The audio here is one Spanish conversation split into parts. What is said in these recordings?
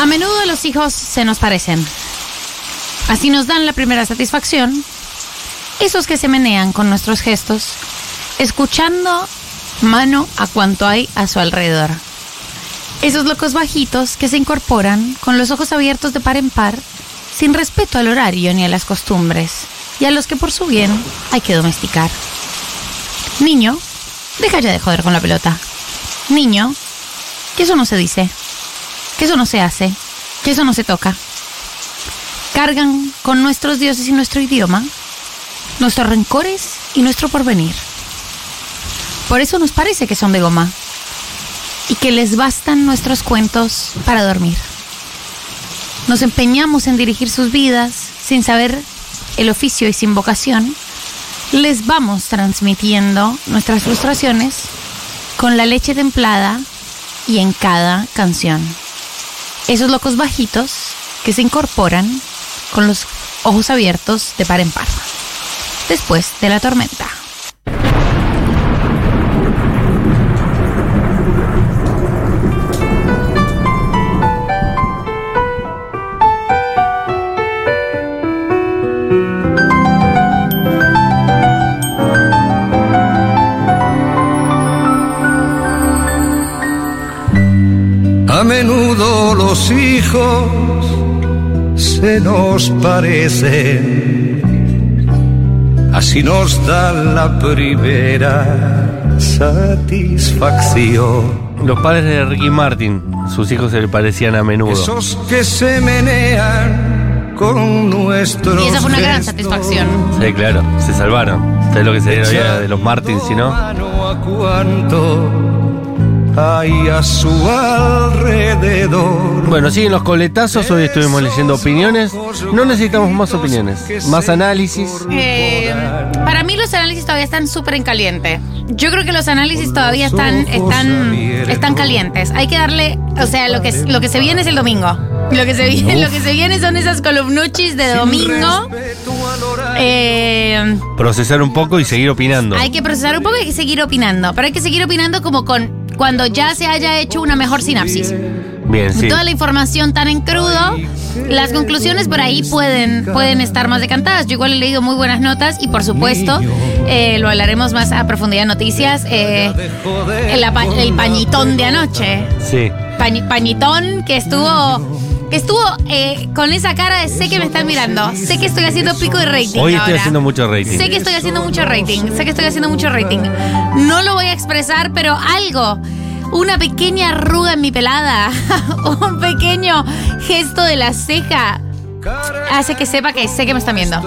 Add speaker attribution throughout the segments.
Speaker 1: A menudo los hijos se nos parecen. Así nos dan la primera satisfacción. Esos que se menean con nuestros gestos, escuchando mano a cuanto hay a su alrededor. Esos locos bajitos que se incorporan con los ojos abiertos de par en par, sin respeto al horario ni a las costumbres, y a los que por su bien hay que domesticar. Niño, deja ya de joder con la pelota. Niño, que eso no se dice, que eso no se hace, que eso no se toca. Cargan con nuestros dioses y nuestro idioma, nuestros rencores y nuestro porvenir. Por eso nos parece que son de goma y que les bastan nuestros cuentos para dormir. Nos empeñamos en dirigir sus vidas sin saber el oficio y sin vocación. Les vamos transmitiendo nuestras frustraciones con la leche templada y en cada canción. Esos locos bajitos que se incorporan con los ojos abiertos de par en par. Después de la tormenta.
Speaker 2: A menudo los hijos se nos parecen, así nos dan la primera satisfacción.
Speaker 3: Los padres de Ricky Martin, sus hijos se le parecían a menudo.
Speaker 2: Esos que se menean con nuestros
Speaker 1: Y esa fue una gran
Speaker 2: gestos,
Speaker 1: satisfacción.
Speaker 3: Sí, claro, se salvaron. Ustedes lo que se dieron era de los Martins, si no.
Speaker 2: Mano a cuanto hay a su alrededor.
Speaker 3: Bueno, siguen los coletazos, hoy estuvimos leyendo opiniones. No necesitamos más opiniones, más análisis.
Speaker 1: Eh, para mí los análisis todavía están súper en caliente. Yo creo que los análisis todavía están, están, están calientes. Hay que darle, o sea, lo que, lo que se viene es el domingo. Lo que se viene, lo que se viene son esas columnuchis de domingo. Eh,
Speaker 3: Procesar un poco y seguir opinando.
Speaker 1: hay que procesar un poco y hay que seguir opinando. Pero hay que seguir opinando como con cuando ya se haya hecho una mejor sinapsis.
Speaker 3: Bien, sí.
Speaker 1: Toda la información tan en crudo, las conclusiones por ahí pueden, pueden estar más decantadas. Yo igual he leído muy buenas notas y por supuesto eh, lo hablaremos más a profundidad en noticias. eh, el, apa- el pañitón de anoche.
Speaker 3: Sí.
Speaker 1: Pañi- pañitón que estuvo... que Estuvo eh, con esa cara de sé que me están mirando, sé que estoy haciendo pico de rating.
Speaker 3: Hoy estoy
Speaker 1: ahora.
Speaker 3: haciendo mucho rating.
Speaker 1: Sé que estoy haciendo mucho rating, sé que estoy haciendo mucho rating. No lo voy a expresar, pero algo, una pequeña arruga en mi pelada, un pequeño gesto de la ceja, hace que sepa que sé que me están viendo.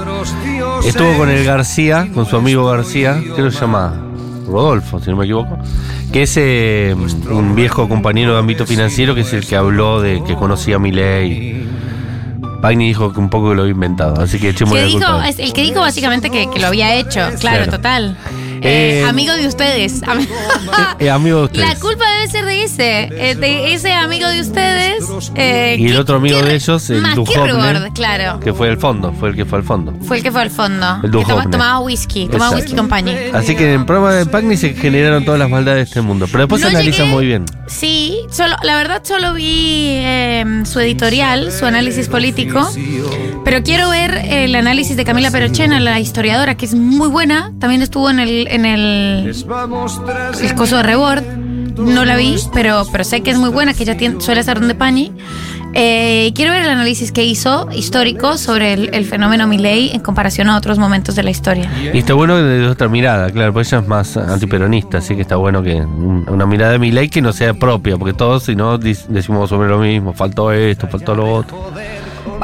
Speaker 3: Estuvo con el García, con su amigo García, creo que se llama Rodolfo, si no me equivoco, que es eh, un viejo compañero de ámbito financiero que es el que habló de que conocía a Milei. Pagni dijo que un poco que lo había inventado, así que echemos
Speaker 1: Que
Speaker 3: la
Speaker 1: dijo,
Speaker 3: culpa.
Speaker 1: es el que dijo básicamente que, que lo había hecho, claro,
Speaker 3: Claro.
Speaker 1: total. Eh,
Speaker 3: Eh,
Speaker 1: amigo de ustedes. am-
Speaker 3: Eh, amigo de ustedes.
Speaker 1: La culpa debe ser de ese, eh, de ese amigo de ustedes. eh,
Speaker 3: Y el
Speaker 1: qué-
Speaker 3: otro amigo
Speaker 1: qué-
Speaker 3: de ellos, el
Speaker 1: más, qué
Speaker 3: Duhovne.
Speaker 1: rubor, claro.
Speaker 3: Que fue al fondo, fue el que fue al fondo.
Speaker 1: Fue el que fue al fondo.
Speaker 3: El
Speaker 1: que toma-
Speaker 3: Duhovne.
Speaker 1: tomaba whisky, tomaba
Speaker 3: Exacto.
Speaker 1: whisky company.
Speaker 3: Así que en el programa de Pagni se generaron todas las maldades de este mundo. Pero después
Speaker 1: No
Speaker 3: se analiza
Speaker 1: llegué.
Speaker 3: muy bien.
Speaker 1: Sí, solo, la verdad solo vi eh, su editorial, su análisis político, pero quiero ver el análisis de Camila Perochena, la historiadora, que es muy buena. También estuvo en el, en el,
Speaker 2: Les vamos tras
Speaker 1: el coso de Rebord. No la vi, pero, pero sé que es muy buena, que ella tiene- suele ser de Pañi. Eh, quiero ver el análisis que hizo histórico sobre el, el fenómeno Milei en comparación a otros momentos de la historia.
Speaker 3: Y está bueno desde otra mirada, claro, porque ella es más antiperonista, así que está bueno que un- una mirada de mi ley que no sea propia, porque todos si no dis- decimos sobre lo mismo, faltó esto, faltó lo otro.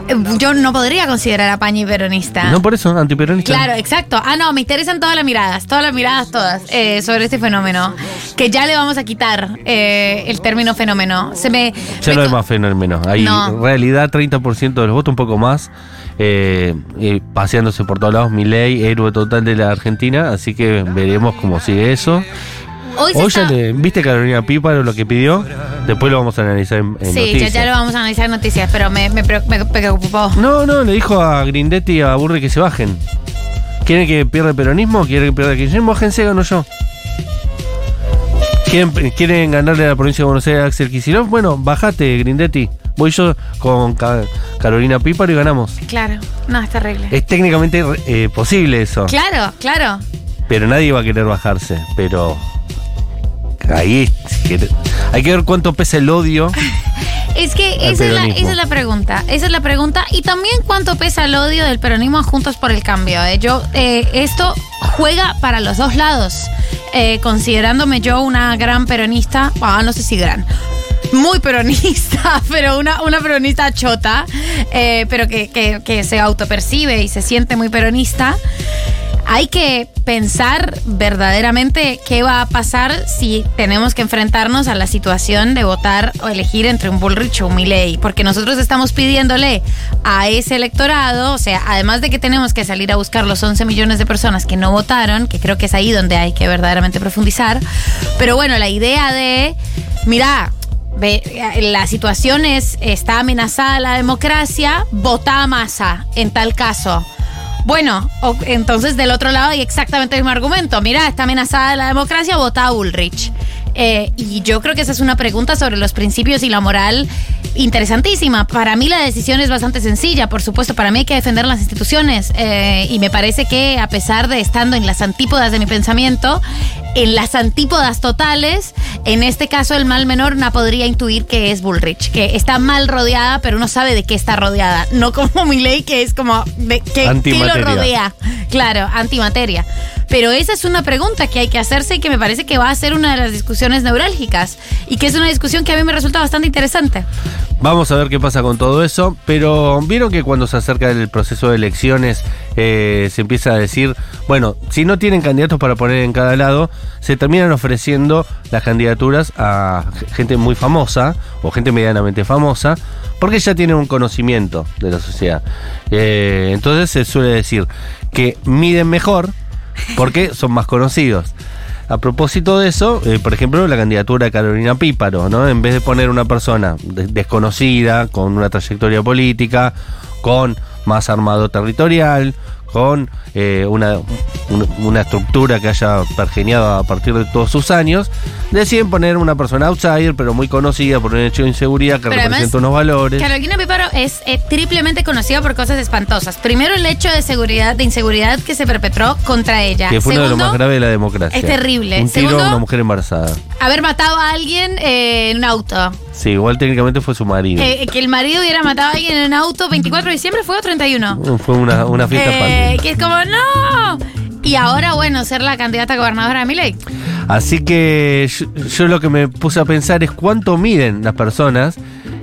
Speaker 1: Eh, Yo no podría considerar a Pañi peronista.
Speaker 3: No por eso, antiperonista.
Speaker 1: Claro, exacto. Ah, no, me interesan todas las miradas, todas las miradas, todas, eh, sobre este fenómeno. Que ya le vamos a quitar eh, el término fenómeno. Se me.
Speaker 3: Ya
Speaker 1: me
Speaker 3: no hay
Speaker 1: co-
Speaker 3: más fenómeno. Hay
Speaker 1: No.
Speaker 3: realidad 30% de los votos, un poco más, eh, eh, paseándose por todos lados. Mi ley, héroe total de la Argentina, así que veremos cómo sigue eso.
Speaker 1: Hoy se
Speaker 3: Hoy
Speaker 1: está-
Speaker 3: ya le, ¿Viste Carolina Píparo lo que pidió? Después lo vamos a analizar en,
Speaker 1: Sí,
Speaker 3: en
Speaker 1: ya,
Speaker 3: noticias. Mm.
Speaker 1: ya lo vamos a analizar en noticias, pero me, me, pre- me preocupó.
Speaker 3: No, no, le dijo a Grindetti y a Burri que se bajen. ¿Quieren que pierda el peronismo? ¿Quieren que pierda el kirchnerismo? Bájense, gano yo. ¿Quieren, ¿Quieren ganarle a la provincia de Buenos Aires a Axel Kicillof? Bueno, bajate, Grindetti. Voy yo con Ca- Carolina Píparo y ganamos.
Speaker 1: Claro, no, está horrible.
Speaker 3: Es técnicamente eh, posible eso.
Speaker 1: Claro, claro.
Speaker 3: Pero nadie va a querer bajarse. Pero. Ahí. si quiere- Hay que ver cuánto pesa el odio.
Speaker 1: Es que
Speaker 3: Al
Speaker 1: esa es, la,
Speaker 3: peronismo.
Speaker 1: esa es la pregunta. Esa es la pregunta. Y también cuánto pesa el odio del peronismo a Juntos por el Cambio. eh. Yo, eh, esto juega para los dos lados. Eh, considerándome yo una gran peronista, ah, no sé si gran. Muy peronista, pero una, una peronista chota, eh, pero que, que, que se autopercibe y se siente muy peronista. Hay que pensar verdaderamente qué va a pasar si tenemos que enfrentarnos a la situación de votar o elegir entre un Bullrich o un Milei, porque nosotros estamos pidiéndole a ese electorado, o sea, además de que tenemos que salir a buscar los 11 millones de personas que no votaron, que creo que es ahí donde hay que verdaderamente profundizar, pero bueno, la idea de, mira, Ve- La situación es, está amenazada la democracia, vota a masa en tal caso. Bueno, o- entonces del otro lado hay exactamente el mismo argumento. Mira, está amenazada la democracia, vota a Ulrich. Eh, y yo creo que esa es una pregunta sobre los principios y la moral interesantísima. Para mí la decisión es bastante sencilla, por supuesto. Para mí hay que defender las instituciones. eh, y me parece que a pesar de estando en las antípodas de mi pensamiento, en las antípodas totales, en este caso el mal menor no podría intuir que es Bullrich, que está mal rodeada, pero uno sabe de qué está rodeada. No como Milei, que es como de qué, qué lo
Speaker 3: Antimateria.
Speaker 1: rodea. Claro, antimateria. Pero esa es una pregunta que hay que hacerse y que me parece que va a ser una de las discusiones neurálgicas y que es una discusión que a mí me resulta bastante interesante.
Speaker 3: Vamos a ver qué pasa con todo eso, pero vieron que cuando se acerca el proceso de elecciones eh, se empieza a decir, bueno, si no tienen candidatos para poner en cada lado, se terminan ofreciendo las candidaturas a gente muy famosa o gente medianamente famosa, porque ya tienen un conocimiento de la sociedad. Eh, entonces se suele decir que miden mejor porque son más conocidos. A propósito de eso, eh, por ejemplo, la candidatura de Carolina Píparo, ¿no? En vez de poner una persona de- desconocida, con una trayectoria política, con más armado territorial, con eh, una, un- una estructura que haya pergeñado a partir de todos sus años, deciden poner una persona outsider, pero muy conocida por un hecho de inseguridad que
Speaker 1: Pero además,
Speaker 3: representa unos valores.
Speaker 1: Carolina Píparo es eh, triplemente conocida por cosas espantosas. Primero, el hecho de seguridad, de inseguridad que se perpetró contra ella.
Speaker 3: que fue uno de
Speaker 1: Segundo,
Speaker 3: los más graves de la democracia.
Speaker 1: es terrible.
Speaker 3: Un tiro
Speaker 1: Segundo-
Speaker 3: a una mujer embarazada.
Speaker 1: haber matado a alguien eh, en un auto.
Speaker 3: Sí, igual técnicamente fue su marido.
Speaker 1: Que, que el marido hubiera matado a alguien en un auto 24 de diciembre fue o 31.
Speaker 3: Mm, Fue una, una fiesta
Speaker 1: Eh,
Speaker 3: pandemia.
Speaker 1: que es como, ¡no! Y ahora, bueno, ser la candidata a gobernadora de Miley.
Speaker 3: Así que yo, yo lo que me puse a pensar es cuánto miden las personas.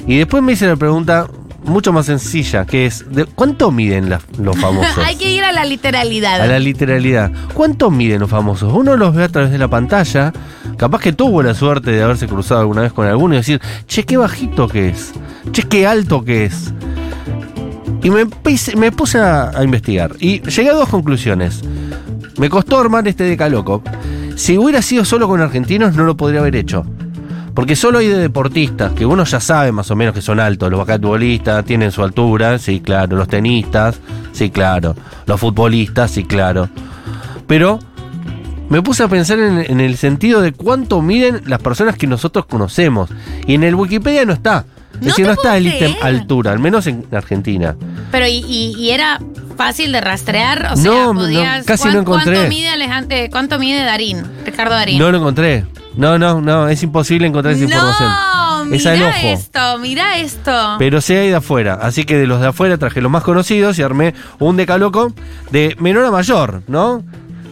Speaker 3: Y después me hice la pregunta mucho más sencilla, que es, ¿de ¿cuánto miden las- los famosos?
Speaker 1: Hay que ir a la literalidad.
Speaker 3: A la literalidad. ¿Cuánto miden los famosos? Uno los ve a través de la pantalla. Capaz que tuvo la suerte de haberse cruzado alguna vez con alguno y decir, che, qué bajito que es. Che, qué alto que es. Y me, pise- me puse a, a investigar. Y llegué a dos conclusiones. Me costó armar este decaloco. Si hubiera sido solo con argentinos, no lo podría haber hecho. Porque solo hay de deportistas, que uno ya sabe más o menos que son altos. Los basquetbolistas tienen su altura, sí, claro. Los tenistas, sí, claro. Los futbolistas, sí, claro. Pero me puse a pensar en, en el sentido de cuánto miden las personas que nosotros conocemos. Y en el Wikipedia no está. Es
Speaker 1: No
Speaker 3: decir,
Speaker 1: te
Speaker 3: no está
Speaker 1: puedo
Speaker 3: el ítem
Speaker 1: creer.
Speaker 3: altura, al menos en Argentina.
Speaker 1: Pero, y, y- y era fácil de rastrear? O sea,
Speaker 3: No, no,
Speaker 1: podías,
Speaker 3: casi no encontré.
Speaker 1: ¿Cuánto mide, Alejandro, eh, cuánto mide Darín? Ricardo Darín.
Speaker 3: No lo encontré. No, no, no, es imposible encontrar esa información.
Speaker 1: No,
Speaker 3: es al
Speaker 1: mira
Speaker 3: ojo.
Speaker 1: esto, mira esto.
Speaker 3: Pero sí hay de afuera. Así que de los de afuera traje los más conocidos y armé un decaloco de menor a mayor, ¿no?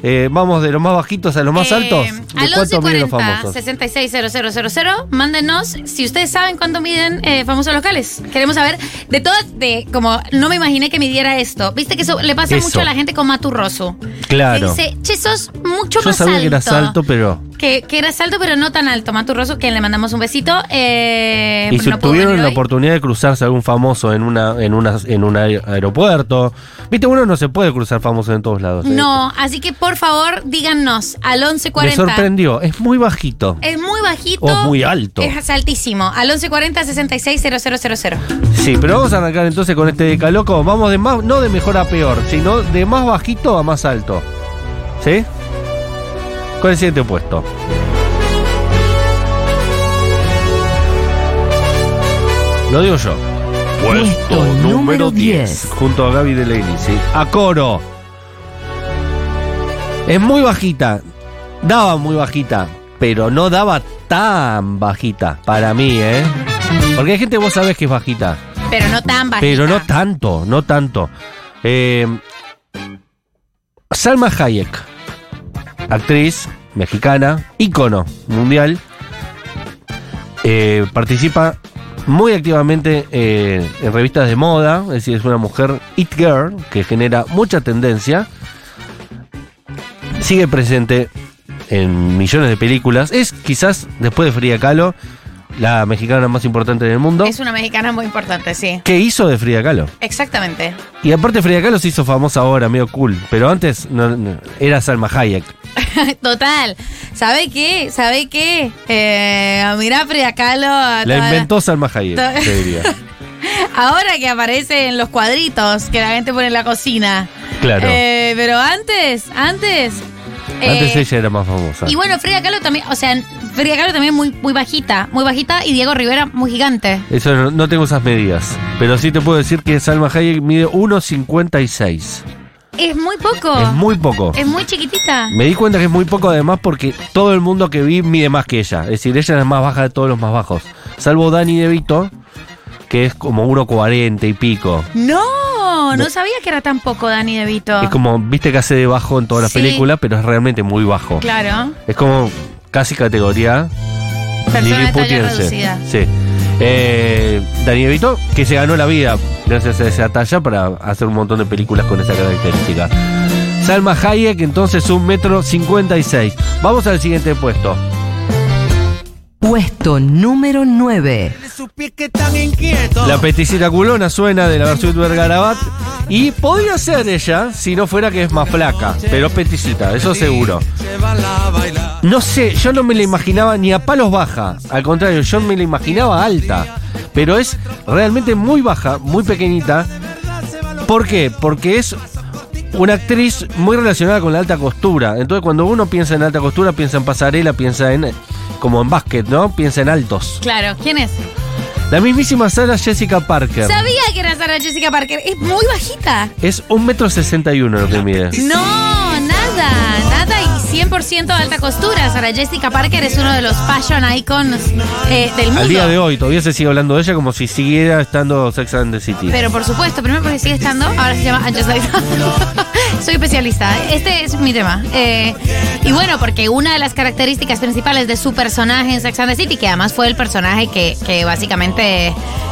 Speaker 3: Eh, vamos de los más bajitos a los más
Speaker 1: Eh,
Speaker 3: altos. ¿De
Speaker 1: Al
Speaker 3: cuánto miden los
Speaker 1: 1140
Speaker 3: famosos?
Speaker 1: 660000, mándenos si ustedes saben cuánto miden eh, famosos locales. Queremos saber de todo, de como no me imaginé que midiera esto. Viste que eso le pasa
Speaker 3: Eso.
Speaker 1: mucho a la gente con Maturroso. Que
Speaker 3: Claro.
Speaker 1: dice, che, sos mucho
Speaker 3: Yo
Speaker 1: más
Speaker 3: sabía
Speaker 1: alto.
Speaker 3: que era alto, pero.
Speaker 1: Que, que era salto, pero no tan alto. Maturroso, que le mandamos un besito. Eh,
Speaker 3: y si
Speaker 1: no pudo
Speaker 3: tuvieron
Speaker 1: venir
Speaker 3: la
Speaker 1: hoy.
Speaker 3: oportunidad de cruzarse a algún famoso en una, en una, en un aer- aeropuerto. Viste, uno no se puede cruzar famosos en todos lados. ¿eh?
Speaker 1: No, así que por favor, díganos al
Speaker 3: Me
Speaker 1: 1140.
Speaker 3: sorprendió, es muy bajito.
Speaker 1: Es muy bajito.
Speaker 3: O es muy alto.
Speaker 1: Es altísimo. Al 1140 660000.
Speaker 3: Sí, pero vamos a arrancar entonces con este decaloco. Vamos de más, no de mejor a peor, sino de más bajito a más alto. ¿Sí? Con el siguiente puesto. Lo digo yo.
Speaker 4: Puesto número 10.
Speaker 3: Junto a Gaby Delaney, sí. A coro. Es muy bajita. Daba muy bajita. Pero no daba tan bajita. Para mí, ¿eh? Porque hay gente que vos sabés que es bajita.
Speaker 1: Pero no tan bajita.
Speaker 3: Pero no tanto, no tanto. Eh, Salma Hayek, actriz mexicana, ícono mundial, eh, participa muy activamente eh, en revistas de moda, es decir, es una mujer it girl que genera mucha tendencia, sigue presente en millones de películas, es quizás después de Frida Kahlo la mexicana más importante del mundo.
Speaker 1: Es una mexicana muy importante, sí.
Speaker 3: ¿Qué hizo de Frida Kahlo?
Speaker 1: Exactamente.
Speaker 3: Y aparte Frida Kahlo se hizo famosa ahora, medio cool. Pero antes no- no, era Salma Hayek.
Speaker 1: Total. ¿Sabe qué? ¿Sabe qué? Eh, mira, Frida Kahlo. a
Speaker 3: La
Speaker 1: toda-
Speaker 3: inventó Salma Hayek,
Speaker 1: toda-
Speaker 3: te diría.
Speaker 1: Ahora que aparece en los cuadritos que la gente pone en la cocina.
Speaker 3: Claro.
Speaker 1: Eh, pero antes, antes.
Speaker 3: Antes
Speaker 1: eh,
Speaker 3: ella era más famosa.
Speaker 1: Y bueno, Frida Kahlo también, o sea, Frida Kahlo también muy, muy bajita, muy bajita y Diego Rivera muy gigante.
Speaker 3: Eso no, no tengo esas medidas. Pero sí te puedo decir que Salma Hayek mide 1,56.
Speaker 1: Es muy poco.
Speaker 3: Es muy poco.
Speaker 1: Oh. Es muy chiquitita.
Speaker 3: Me di cuenta que es muy poco además porque todo el mundo que vi mide más que ella. Es decir, ella es la más baja de todos los más bajos. Salvo Dani DeVito, que es como 1,40 y pico.
Speaker 1: No, no sabía que era tan poco Dani DeVito.
Speaker 3: Es como, viste que hace de bajo en todas
Speaker 1: Ah.
Speaker 3: las
Speaker 1: Sí.
Speaker 3: películas, pero es realmente muy bajo.
Speaker 1: Claro.
Speaker 3: Es como casi categoría
Speaker 1: Persona de talla
Speaker 3: liliputiense.
Speaker 1: reducida.
Speaker 3: Sí. Eh, Daniel Vito, que se ganó la vida gracias a esa talla para hacer un montón de películas con esa característica. Salma Hayek, entonces un metro cincuenta y seis. Vamos al siguiente puesto.
Speaker 4: Puesto número 9.
Speaker 3: La peticita culona suena de la versión de Vergarabat. Y podría ser ella si no fuera que es más flaca, pero es peticita, eso seguro. No sé, yo no me la imaginaba ni a palos baja. Al contrario, yo me la imaginaba alta. Pero es realmente muy baja, muy pequeñita. ¿Por qué? Porque es una actriz muy relacionada con la alta costura. Entonces, cuando uno piensa en alta costura, piensa en pasarela, piensa en. como en básquet, ¿no? Piensa en altos.
Speaker 1: Claro, ¿quién es?
Speaker 3: La mismísima Sara Jessica Parker.
Speaker 1: Sabía que era Sara Jessica Parker. Es muy bajita.
Speaker 3: Es un metro sesenta y uno lo que mide.
Speaker 1: No, nada, nada y 100% de alta costura. Sara Jessica Parker es uno de los fashion icons eh, del mundo.
Speaker 3: Al día de hoy todavía se sigue hablando de ella como si siguiera estando Sex and the City.
Speaker 1: Pero por supuesto, primero porque sigue estando, ahora se llama Ancho Soy especialista, este es mi tema. Eh, y bueno, porque una de las características principales de su personaje en Sex and the City, que además fue el personaje que, que básicamente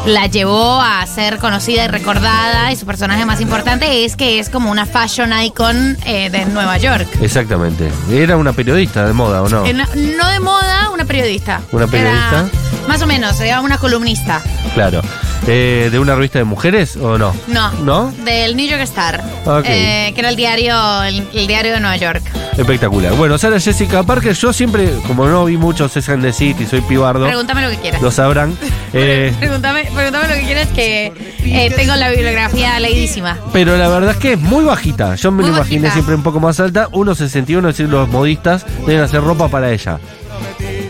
Speaker 1: la llevó a ser conocida y recordada, y su personaje más importante es que es como una fashion icon eh, de Nueva York.
Speaker 3: Exactamente. Era una periodista de moda, ¿o no?
Speaker 1: Eh, no, no de moda, una periodista.
Speaker 3: Oh. Una periodista.
Speaker 1: Era, más o menos, era una columnista.
Speaker 3: Claro. Eh, ¿De una revista de mujeres o no?
Speaker 1: No.
Speaker 3: ¿No?
Speaker 1: Del New York Star.
Speaker 3: Ok.
Speaker 1: eh, que era el diario, el, el diario de Nueva York.
Speaker 3: Espectacular. Bueno, Sara Jessica Parker, yo siempre, como no vi mucho Sex and the City, soy pibardo,
Speaker 1: Pregúntame lo que quieras.
Speaker 3: lo sabrán. Eh,
Speaker 1: Pregúntame, pregúntame lo que quieras que eh, tengo la bibliografía leidísima.
Speaker 3: Pero la verdad es que es muy bajita. Yo me
Speaker 1: Muy
Speaker 3: lo imaginé
Speaker 1: bajita.
Speaker 3: siempre un poco más alta. 1,61, es decir, los modistas deben hacer ropa para ella.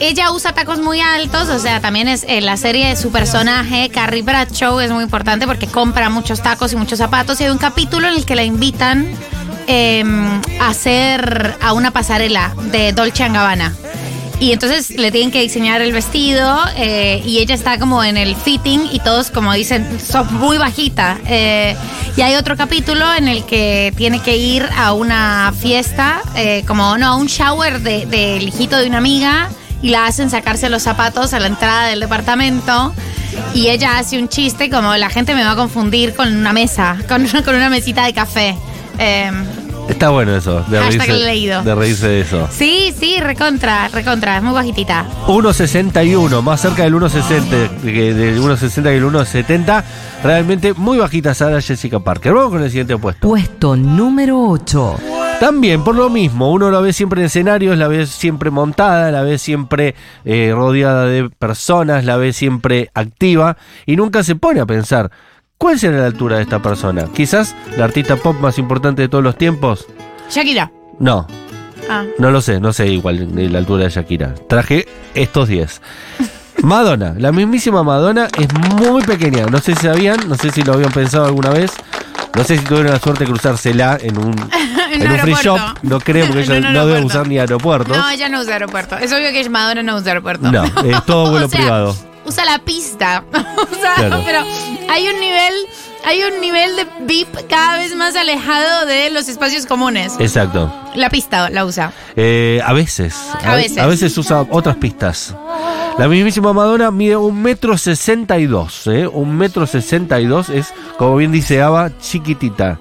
Speaker 1: Ella usa tacos muy altos, o sea, también es eh, la serie de su personaje, Carrie Bradshaw, es muy importante porque compra muchos tacos y muchos zapatos. Y hay un capítulo en el que la invitan eh, a hacer a una pasarela de Dolce Gabbana. Y entonces le tienen que diseñar el vestido eh, y ella está como en el fitting y todos como dicen, son muy bajita. Eh, y hay otro capítulo en el que tiene que ir a una fiesta, eh, como no, a un shower de- del hijito de una amiga y la hacen sacarse los zapatos a la entrada del departamento. Y ella hace un chiste como la gente me va a confundir con una mesa, con, con una mesita de café. Em,
Speaker 3: Está bueno eso, de
Speaker 1: Hashtag
Speaker 3: reírse,
Speaker 1: leído.
Speaker 3: de reírse de eso.
Speaker 1: sí, sí, recontra, recontra, es muy bajitita.
Speaker 3: 1.61, más cerca del 1.60 que del 1.60 que el 1.70. Realmente muy bajita Sara Jessica Parker. Vamos con el siguiente puesto.
Speaker 4: Puesto número 8.
Speaker 3: También, por lo mismo, uno la ve siempre en escenarios, la ve siempre montada, la ve siempre eh, rodeada de personas, la ve siempre activa y nunca se pone a pensar. ¿Cuál será la altura de esta persona? Quizás la artista pop más importante de todos los tiempos.
Speaker 1: Shakira.
Speaker 3: No,
Speaker 1: Ah.
Speaker 3: no lo sé, no sé igual de la altura de Shakira. Traje estos 10. Madonna, la mismísima Madonna es muy pequeña. No sé si sabían, no sé si lo habían pensado alguna vez. No sé si tuvieron la suerte de cruzársela en un, en un free shop.
Speaker 1: aeropuerto.
Speaker 3: No creo, porque
Speaker 1: En
Speaker 3: ella
Speaker 1: un
Speaker 3: no,
Speaker 1: aeropuerto.
Speaker 3: debe usar ni aeropuerto.
Speaker 1: No, ella no usa aeropuerto. Es obvio que Madonna no usa aeropuerto.
Speaker 3: No, es todo vuelo privado.
Speaker 1: Usa la pista. O sea,
Speaker 3: Claro.
Speaker 1: pero hay un nivel, hay un nivel de VIP cada vez más alejado de los espacios comunes.
Speaker 3: Exacto.
Speaker 1: La pista la usa.
Speaker 3: Eh, a veces.
Speaker 1: A veces.
Speaker 3: A veces usa otras pistas. La mismísima Madonna mide un metro sesenta y dos, ¿eh? Un metro sesenta y dos es, como bien dice Ava, chiquitita.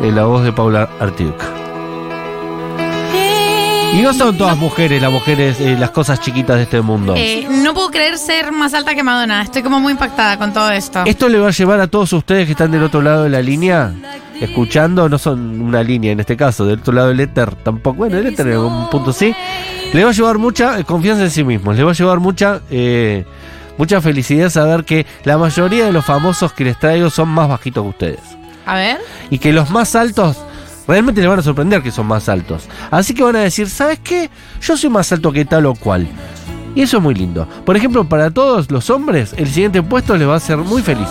Speaker 3: En la voz de Paula Artiuk. Y no son todas mujeres las mujeres, eh, las cosas chiquitas de este mundo.
Speaker 1: Eh, no puedo creer ser más alta que Madonna. Estoy como muy impactada con todo esto.
Speaker 3: Esto le va a llevar a todos ustedes que están del otro lado de la línea, escuchando, no son una línea en este caso, del otro lado del éter tampoco, bueno, el éter en algún punto sí, le va a llevar mucha eh, confianza en sí mismos, le va a llevar mucha, eh, mucha felicidad saber que la mayoría de los famosos que les traigo son más bajitos que ustedes.
Speaker 1: A ver.
Speaker 3: Y que los más altos... Realmente les van a sorprender que son más altos. Así que van a decir, ¿sabes qué? Yo soy más alto que tal o cual. Y eso es muy lindo. Por ejemplo, para todos los hombres, el siguiente puesto les va a hacer muy feliz.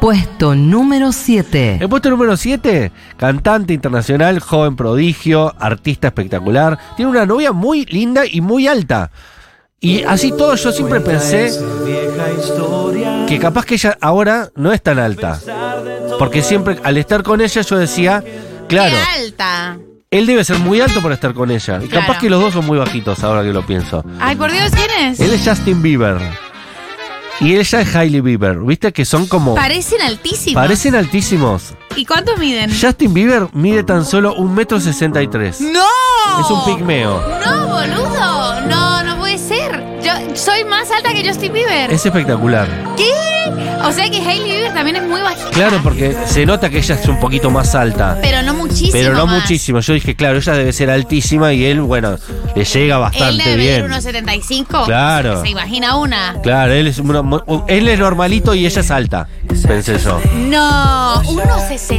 Speaker 4: Puesto número 7.
Speaker 3: El puesto número 7, cantante internacional, joven prodigio, artista espectacular. Tiene una novia muy linda y muy alta. Y así todo yo siempre pensé que capaz que ella ahora no es tan alta. Porque siempre al estar con ella yo decía, claro,
Speaker 1: Qué alta.
Speaker 3: él debe ser muy alto para estar con ella. Y
Speaker 1: Claro.
Speaker 3: capaz que los dos son muy bajitos ahora que lo pienso.
Speaker 1: Ay, por Dios, ¿quién es?
Speaker 3: Él es Justin Bieber. Y ella es Hailey Bieber. Viste que son como...
Speaker 1: Parecen altísimos.
Speaker 3: Parecen altísimos.
Speaker 1: ¿Y cuántos miden?
Speaker 3: Justin Bieber mide tan solo un metro sesenta y tres.
Speaker 1: ¡No!
Speaker 3: Es un pigmeo.
Speaker 1: No, boludo. No, no puede ser. Yo soy más alta que Justin Bieber.
Speaker 3: Es espectacular.
Speaker 1: ¿Qué? O sea que Hailey Bieber también es muy bajita.
Speaker 3: Claro, porque se nota que ella es un poquito más alta.
Speaker 1: Pero no muchísimo.
Speaker 3: Pero no
Speaker 1: más.
Speaker 3: muchísimo. Yo dije, claro, ella debe ser altísima y él, bueno, le llega
Speaker 1: Él
Speaker 3: bastante
Speaker 1: debe medir
Speaker 3: bien.
Speaker 1: unos 75.
Speaker 3: Claro.
Speaker 1: Se imagina una.
Speaker 3: Claro, él es, uno- él es normalito y ella es alta, pensé yo.
Speaker 1: No,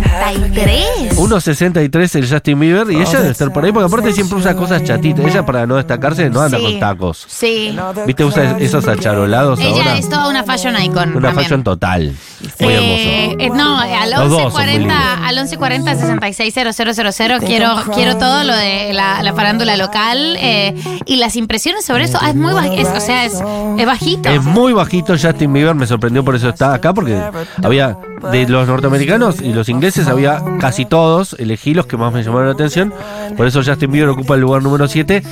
Speaker 1: 1,63.
Speaker 3: 1.63 el Justin Bieber y ella debe estar por ahí, porque aparte siempre usa cosas chatitas. Ella para no destacarse no anda
Speaker 1: Sí.
Speaker 3: con tacos.
Speaker 1: Sí.
Speaker 3: ¿Viste? Usa esos acharolados
Speaker 1: Ella
Speaker 3: ahora.
Speaker 1: es toda una fashion icon.
Speaker 3: Una
Speaker 1: también.
Speaker 3: fashion total. Muy hermoso.
Speaker 1: Eh, eh, no, al
Speaker 3: Los dos son muy
Speaker 1: 1140
Speaker 3: lindos.
Speaker 1: al 1140 660000 quiero quiero todo lo de la, la farándula local eh, y las impresiones sobre eso ah, es muy baj- es- o sea, es, es bajito.
Speaker 3: Es muy bajito Justin Bieber, me sorprendió por eso está acá, porque había de los norteamericanos y los ingleses, había casi todos, elegí los que más me llamaron la atención, por eso Justin Bieber ocupa el lugar número 7.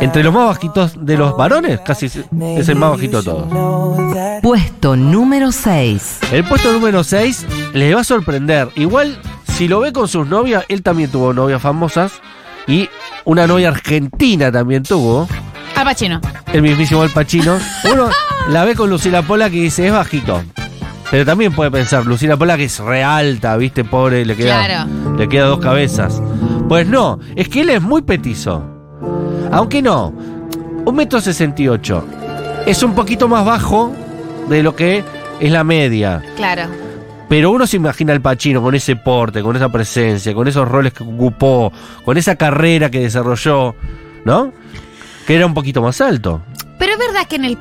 Speaker 3: Entre los más bajitos de los varones, casi es el más bajito de todos.
Speaker 4: Puesto número 6.
Speaker 3: El puesto número 6 le va a sorprender. Igual, si lo ve con sus novias, él también tuvo novias famosas y una novia argentina también tuvo.
Speaker 1: Al Pacino.
Speaker 3: el mismísimo Al Pacino. Uno la ve con Lucila Pola que dice, es bajito. Pero también puede pensar, Lucila Pola que es re alta, viste, pobre, le queda,
Speaker 1: Claro.
Speaker 3: le queda dos cabezas. Pues no, es que él es muy petizo. Aunque no, un metro sesenta y ocho. Es un poquito más bajo de lo que es la media.
Speaker 1: Claro.
Speaker 3: Pero uno se imagina al Pacino con ese porte, con esa presencia, con esos roles que ocupó, con esa carrera que desarrolló, ¿no? Que era un poquito más alto.
Speaker 1: Pero es verdad que en El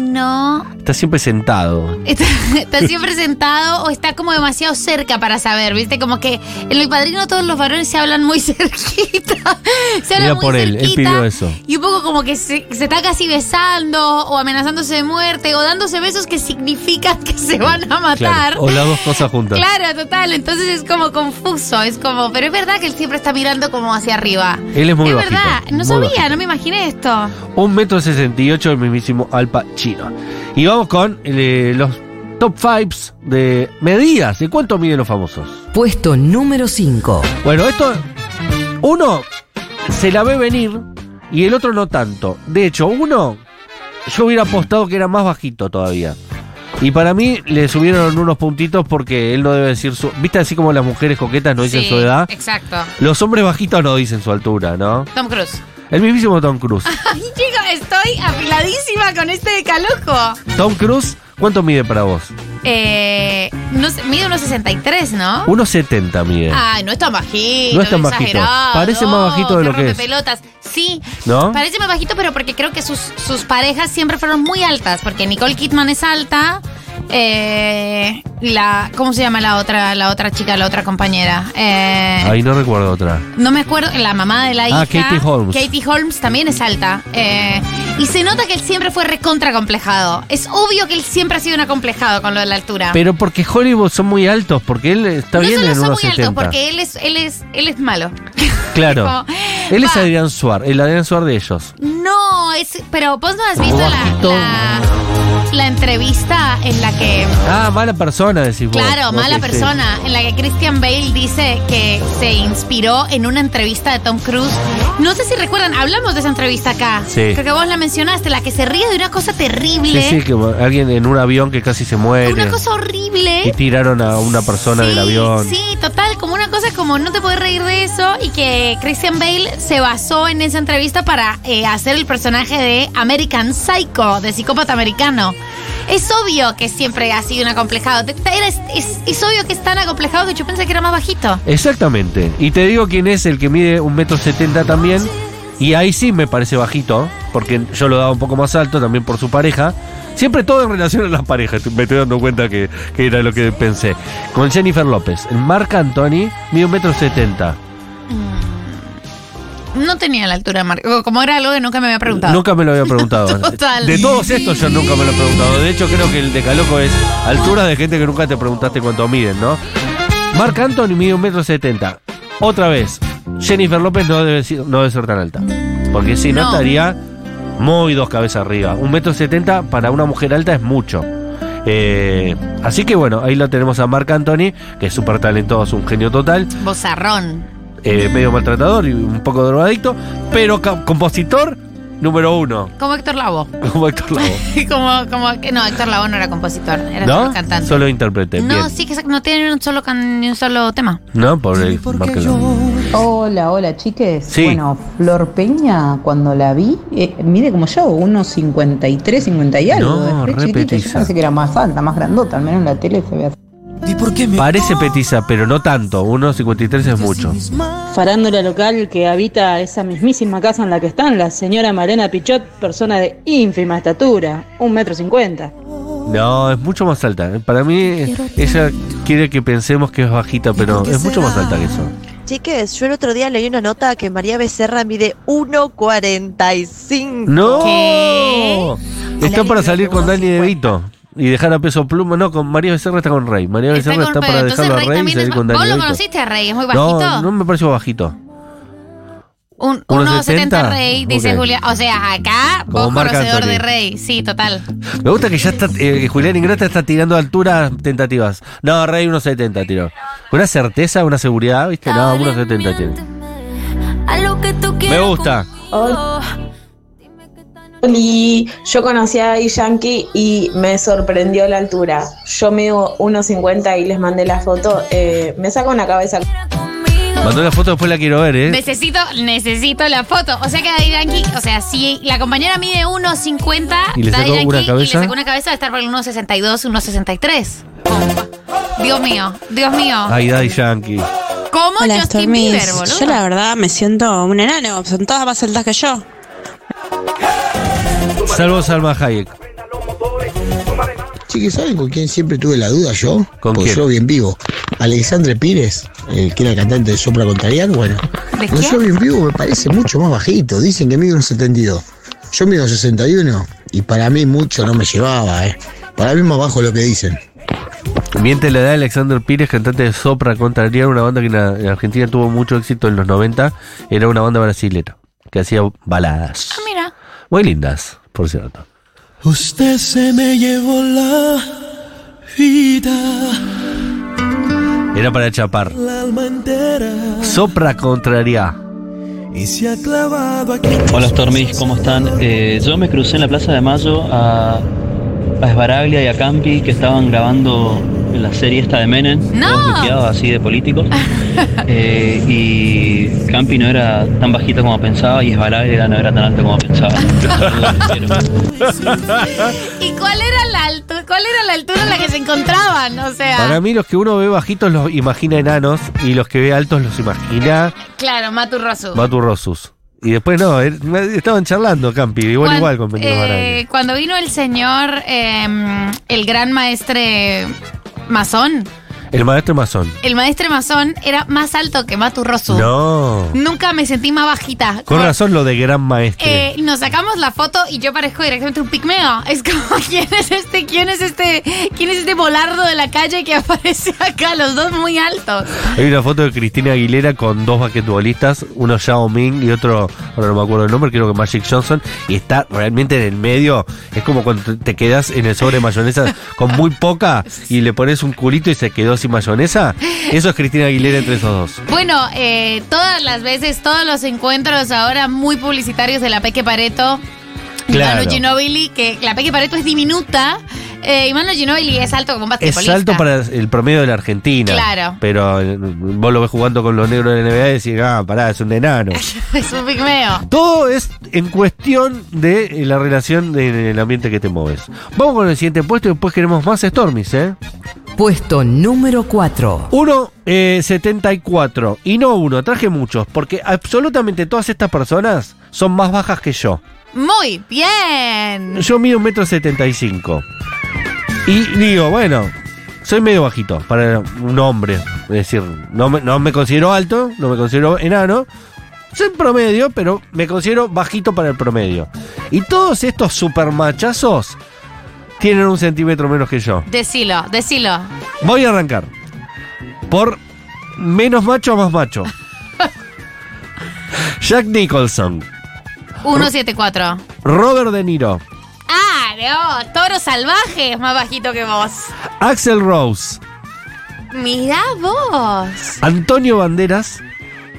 Speaker 1: Padrino
Speaker 3: Está siempre sentado.
Speaker 1: está, está siempre sentado o está como demasiado cerca para saber, ¿viste? Como que en El Padrino todos los varones se hablan muy cerquita. Se hablan
Speaker 3: Era
Speaker 1: muy
Speaker 3: por él, él
Speaker 1: cerquita.
Speaker 3: pidió eso.
Speaker 1: Y un poco como que se, se está casi besando o amenazándose de muerte o dándose besos que significan que se van a matar.
Speaker 3: Claro, O las dos cosas juntas.
Speaker 1: Claro, total. Entonces es como confuso, es como, pero es verdad que él siempre está mirando como hacia arriba.
Speaker 3: Él es muy
Speaker 1: es
Speaker 3: bajito,
Speaker 1: verdad, no
Speaker 3: muy
Speaker 1: sabía,
Speaker 3: bajito.
Speaker 1: no me imaginé esto.
Speaker 3: Un metro sesenta y ocho el mismísimo Alpa Chino. Y vamos con eh, los top fives de medidas. ¿De cuánto miden los famosos?
Speaker 4: Puesto número 5.
Speaker 3: Bueno, esto. Uno se la ve venir y el otro no tanto. De hecho, uno. Yo hubiera apostado que era más bajito todavía. Y para mí le subieron unos puntitos porque él no debe decir su. ¿Viste así como las mujeres coquetas no dicen
Speaker 1: Sí,
Speaker 3: su edad?
Speaker 1: Exacto.
Speaker 3: Los hombres bajitos no dicen su altura, ¿no?
Speaker 1: Tom Cruise.
Speaker 3: El mismísimo Tom Cruise.
Speaker 1: Ay, chicos, estoy afiladísima con este de calujo.
Speaker 3: Tom Cruise, ¿cuánto mide para vos?
Speaker 1: Eh, no sé, mide unos 63, ¿no?
Speaker 3: 1,70 mide.
Speaker 1: Ay, no es tan bajito.
Speaker 3: No es tan
Speaker 1: qué
Speaker 3: bajito.
Speaker 1: exagerado.
Speaker 3: Parece más bajito de
Speaker 1: qué
Speaker 3: lo que es.
Speaker 1: rompepelotas. Sí.
Speaker 3: ¿No?
Speaker 1: Parece más bajito, pero porque creo que sus, sus parejas siempre fueron muy altas. Porque Nicole Kidman es alta. eh, la, ¿Cómo se llama la otra, la otra chica, la otra compañera? Eh,
Speaker 3: Ahí no recuerdo otra.
Speaker 1: no me acuerdo, la mamá de la hija.
Speaker 3: Ah, Katie Holmes.
Speaker 1: Katie Holmes también es alta. eh, y se nota que él siempre fue recontra complejado. Es obvio que él siempre ha sido un acomplejado con lo de la altura.
Speaker 3: Pero porque Hollywood son muy altos, porque él está
Speaker 1: Ah. no
Speaker 3: bien
Speaker 1: solo
Speaker 3: en
Speaker 1: son muy
Speaker 3: 1,70.
Speaker 1: altos, porque él es, él es, él es malo.
Speaker 3: Claro.
Speaker 1: Tipo,
Speaker 3: él es
Speaker 1: va.
Speaker 3: Adrián Suar, el Adrián Suar de ellos.
Speaker 1: No, es. Pero vos no has visto la,
Speaker 3: Bajito.
Speaker 1: la, la entrevista en la que.
Speaker 3: Ah, mala persona, decís vos.
Speaker 1: Claro,
Speaker 3: Ok,
Speaker 1: mala
Speaker 3: sí.
Speaker 1: persona, en la que Christian Bale dice que se inspiró en una entrevista de Tom Cruise. No sé si recuerdan, hablamos de esa entrevista acá.
Speaker 3: Sí.
Speaker 1: Creo que vos la mencionaste, la que se ríe de una cosa
Speaker 3: Sí,
Speaker 1: terrible.
Speaker 3: sí, que alguien en un avión que casi se muere.
Speaker 1: Una cosa horrible.
Speaker 3: Y tiraron a una persona
Speaker 1: Sí,
Speaker 3: del avión.
Speaker 1: Sí, total, como una cosa como no te puedes reír de eso y que Christian Bale se basó en esa entrevista para eh, hacer el personaje de American Psycho, de psicópata americano. Es obvio que siempre ha sido un acomplejado. Te- te- era- Es, es- es obvio que es tan acomplejado que yo pensé que era más bajito.
Speaker 3: Exactamente. Y te digo quién es el que mide un metro setenta también. Y ahí sí me parece bajito, porque yo lo daba un poco más alto también por su pareja. Siempre todo en relación a las parejas, me estoy dando cuenta que, que era lo que pensé. Con Jennifer López, Marc Anthony mide un metro setenta.
Speaker 1: No tenía la altura, de Mar- o Como era algo que nunca me había preguntado.
Speaker 3: Nunca me lo había preguntado.
Speaker 1: Total.
Speaker 3: De todos estos yo nunca me lo he preguntado. De hecho creo que el de Caloco es altura de gente que nunca te preguntaste cuánto miden, ¿no? Marc Anthony mide un metro setenta. Otra vez, Jennifer López no debe, ser- no debe ser tan alta. Porque si no,
Speaker 1: No.
Speaker 3: estaría muy dos cabezas arriba. Un metro setenta para una mujer alta es mucho. Eh, así que bueno, ahí lo tenemos a Marc Anthony, que es súper talentoso, un genio total
Speaker 1: Bozarrón.
Speaker 3: eh, medio maltratador y un poco drogadicto, pero ca- compositor número uno,
Speaker 1: Como Héctor Lavoe.
Speaker 3: como Héctor Lavoe.
Speaker 1: como, como, que no, Héctor Lavoe no era compositor, era solo
Speaker 3: ¿No?
Speaker 1: cantante.
Speaker 3: Solo intérprete.
Speaker 1: no,
Speaker 3: bien.
Speaker 1: sí que sa- no tiene ni un solo, can- ni un solo tema.
Speaker 3: No, pobre Marc Anthony.
Speaker 5: Hola, hola chiques.
Speaker 3: Sí.
Speaker 5: Bueno, Flor Peña, cuando la vi, eh, mide como yo, unos 53, 50 y algo.
Speaker 3: No,
Speaker 5: es re
Speaker 3: re
Speaker 5: chiquita, yo
Speaker 3: petiza.
Speaker 5: pensé que era más alta, más grandota, al menos en la tele se ve así.
Speaker 3: Parece petiza, pero no tanto. 1.53 es mucho.
Speaker 6: Farándula local que habita esa mismísima casa en la que están, la señora Mariana Pichot, persona de ínfima estatura, un metro cincuenta.
Speaker 3: No, es mucho más alta. Para mí, eh, ella quiere que pensemos que es bajita, pero es mucho más alta que eso.
Speaker 7: Chiques, yo el otro día leí una nota que María Becerra mide 1.45.
Speaker 3: ¡No!
Speaker 1: ¿Qué?
Speaker 3: Está para salir con Dani De Vito. Y dejar a peso pluma, no, con María Becerra está con Rey. María
Speaker 1: Está
Speaker 3: Becerra
Speaker 1: con-
Speaker 3: está
Speaker 1: pero
Speaker 3: para
Speaker 1: entonces
Speaker 3: dejarlo a
Speaker 1: Rey
Speaker 3: Rey y
Speaker 1: también es
Speaker 3: salir
Speaker 1: ba-
Speaker 3: con Dani
Speaker 1: ¿Vos
Speaker 3: De
Speaker 1: lo
Speaker 3: Vito.
Speaker 1: conociste a Rey? ¿Es muy bajito?
Speaker 3: No, no me pareció bajito.
Speaker 1: Un
Speaker 3: 1,70.
Speaker 1: 1,70 Rey, dice
Speaker 3: Ok.
Speaker 1: Julián. O sea, acá,
Speaker 3: Como
Speaker 1: vos
Speaker 3: Marc
Speaker 1: conocedor
Speaker 3: Anthony.
Speaker 1: de Rey. Sí, total.
Speaker 3: Me gusta que ya está, eh, que Julián Ingrata está tirando alturas tentativas. No, Rey 1.70 tiró. Una certeza, una seguridad, ¿viste? No, 1.70 tiene. Me gusta.
Speaker 8: Oli, yo conocí a Daddy Yankee y me sorprendió la altura. Yo mido 1.50 y les mandé la foto. eh, me saco una cabeza.
Speaker 3: Mandó la foto, después la quiero ver, ¿eh?
Speaker 1: Necesito, necesito la foto. O sea que Daddy Yankee, o sea, si la compañera mide 1,50,
Speaker 3: ¿Y le
Speaker 1: Daddy
Speaker 3: sacó una
Speaker 1: Yankee, y
Speaker 3: cabeza?
Speaker 1: le sacó una cabeza de estar por el 1,62, 1,63. Pum. Dios mío, Dios mío.
Speaker 3: Ay, Daddy Yankee.
Speaker 1: ¿Cómo Justin Bieber, boludo?
Speaker 9: verdad me siento un enano, son todas más altas que yo.
Speaker 3: Salvo Salma Hayek.
Speaker 10: Chiques, ¿saben con quién siempre tuve la duda yo?
Speaker 3: ¿Con
Speaker 10: Porque
Speaker 3: quién?
Speaker 10: yo bien vivo. Alexandre Pires, el que era cantante de Sopra Contrariar, bueno.
Speaker 1: ¿De
Speaker 10: No,
Speaker 1: quién?
Speaker 10: yo bien vivo me parece mucho más bajito. Dicen que mide un 72. Yo mido 61 y para mí mucho no me llevaba, ¿eh? Para mí más bajo lo que dicen.
Speaker 3: Miente la edad de Alexander Pires, cantante de Sopra Contrariar, una banda que en, la- en Argentina tuvo mucho éxito en los 90. Era una banda brasilera que hacía baladas.
Speaker 1: Ah, mira.
Speaker 3: Muy lindas, por cierto.
Speaker 11: Usted se me llevó la vida,
Speaker 3: Era para chapar.
Speaker 11: el alma entera,
Speaker 3: Sopra Contrariar.
Speaker 11: y se ha clavado aquí.
Speaker 12: Hola Stormis, ¿cómo están? Eh, yo me crucé en la Plaza de Mayo a, a Esbaraglia y a Campi que estaban grabando en la serie esta de Menem,
Speaker 1: No.
Speaker 12: todos bloqueados así de políticos. Eh, y Campi no era tan bajito como pensaba y Esbalaglia no era tan alto como pensaba.
Speaker 1: ¿Y cuál era la altura? ¿Cuál era la altura en la que se encontraban? O sea,
Speaker 3: Para mí los que uno ve bajitos los imagina enanos y los que ve altos los imagina
Speaker 1: claro, Matu Rosu.
Speaker 3: baturrosos. Y después no, er- estaban charlando Campi, igual
Speaker 1: Cuan-
Speaker 3: igual con Benito
Speaker 1: eh,
Speaker 3: Baraglia.
Speaker 1: Cuando vino el señor, eh, el gran maestre masón,
Speaker 3: El maestro masón.
Speaker 1: el maestre masón era más alto que Matu Rosu.
Speaker 3: No.
Speaker 1: Nunca me sentí más bajita.
Speaker 3: Con razón lo de gran maestro.
Speaker 1: Eh, nos sacamos la foto y yo parezco directamente un pigmeo. Es como, ¿quién es este? ¿Quién es este? ¿Quién es este volardo de la calle que aparece acá? Los dos muy altos.
Speaker 3: Hay una foto de Cristina Aguilera con dos basquetbolistas, uno Yao Ming y otro, ahora no me acuerdo el nombre, creo que Magic Johnson, y está realmente en el medio. Es como cuando te- te quedas en el sobre de mayonesa con muy poca y le pones un culito y se quedó sin mayonesa. Eso es Cristina Aguilera entre esos dos.
Speaker 1: Bueno, eh, todas las veces, todos los encuentros ahora muy publicitarios de la Peque Pareto y
Speaker 3: Claro.
Speaker 1: Manu Ginobili, que la Peque Pareto es diminuta eh, y Manu Ginobili es alto como un
Speaker 3: Es
Speaker 1: basquetbolista.
Speaker 3: alto para el promedio de la Argentina.
Speaker 1: Claro.
Speaker 3: Pero eh, vos lo ves jugando con los negros de la NBA y decís, ah, pará, es un enano.
Speaker 1: Es un pigmeo.
Speaker 3: Todo es en cuestión de eh, la relación de- en el ambiente que te mueves. Vamos con el siguiente puesto y después queremos más Stormies, ¿eh?
Speaker 4: Puesto número 4.
Speaker 3: 1,74. eh, y no uno, traje muchos, porque absolutamente todas estas personas son más bajas que yo.
Speaker 1: Muy bien.
Speaker 3: Yo mido un metro setenta y cinco. Y digo, bueno, soy medio bajito para un hombre. Es decir, no me, no me considero alto, no me considero enano. Soy promedio, pero me considero bajito para el promedio. Y todos estos supermachazos tienen un centímetro menos que yo.
Speaker 1: Decilo, decilo.
Speaker 3: Voy a arrancar. Por menos macho a más macho. Jack Nicholson.
Speaker 1: 174.
Speaker 3: Robert De Niro.
Speaker 1: Ah, no, toro salvaje es más bajito que vos.
Speaker 3: Axel Rose.
Speaker 1: Mirá vos.
Speaker 3: Antonio Banderas.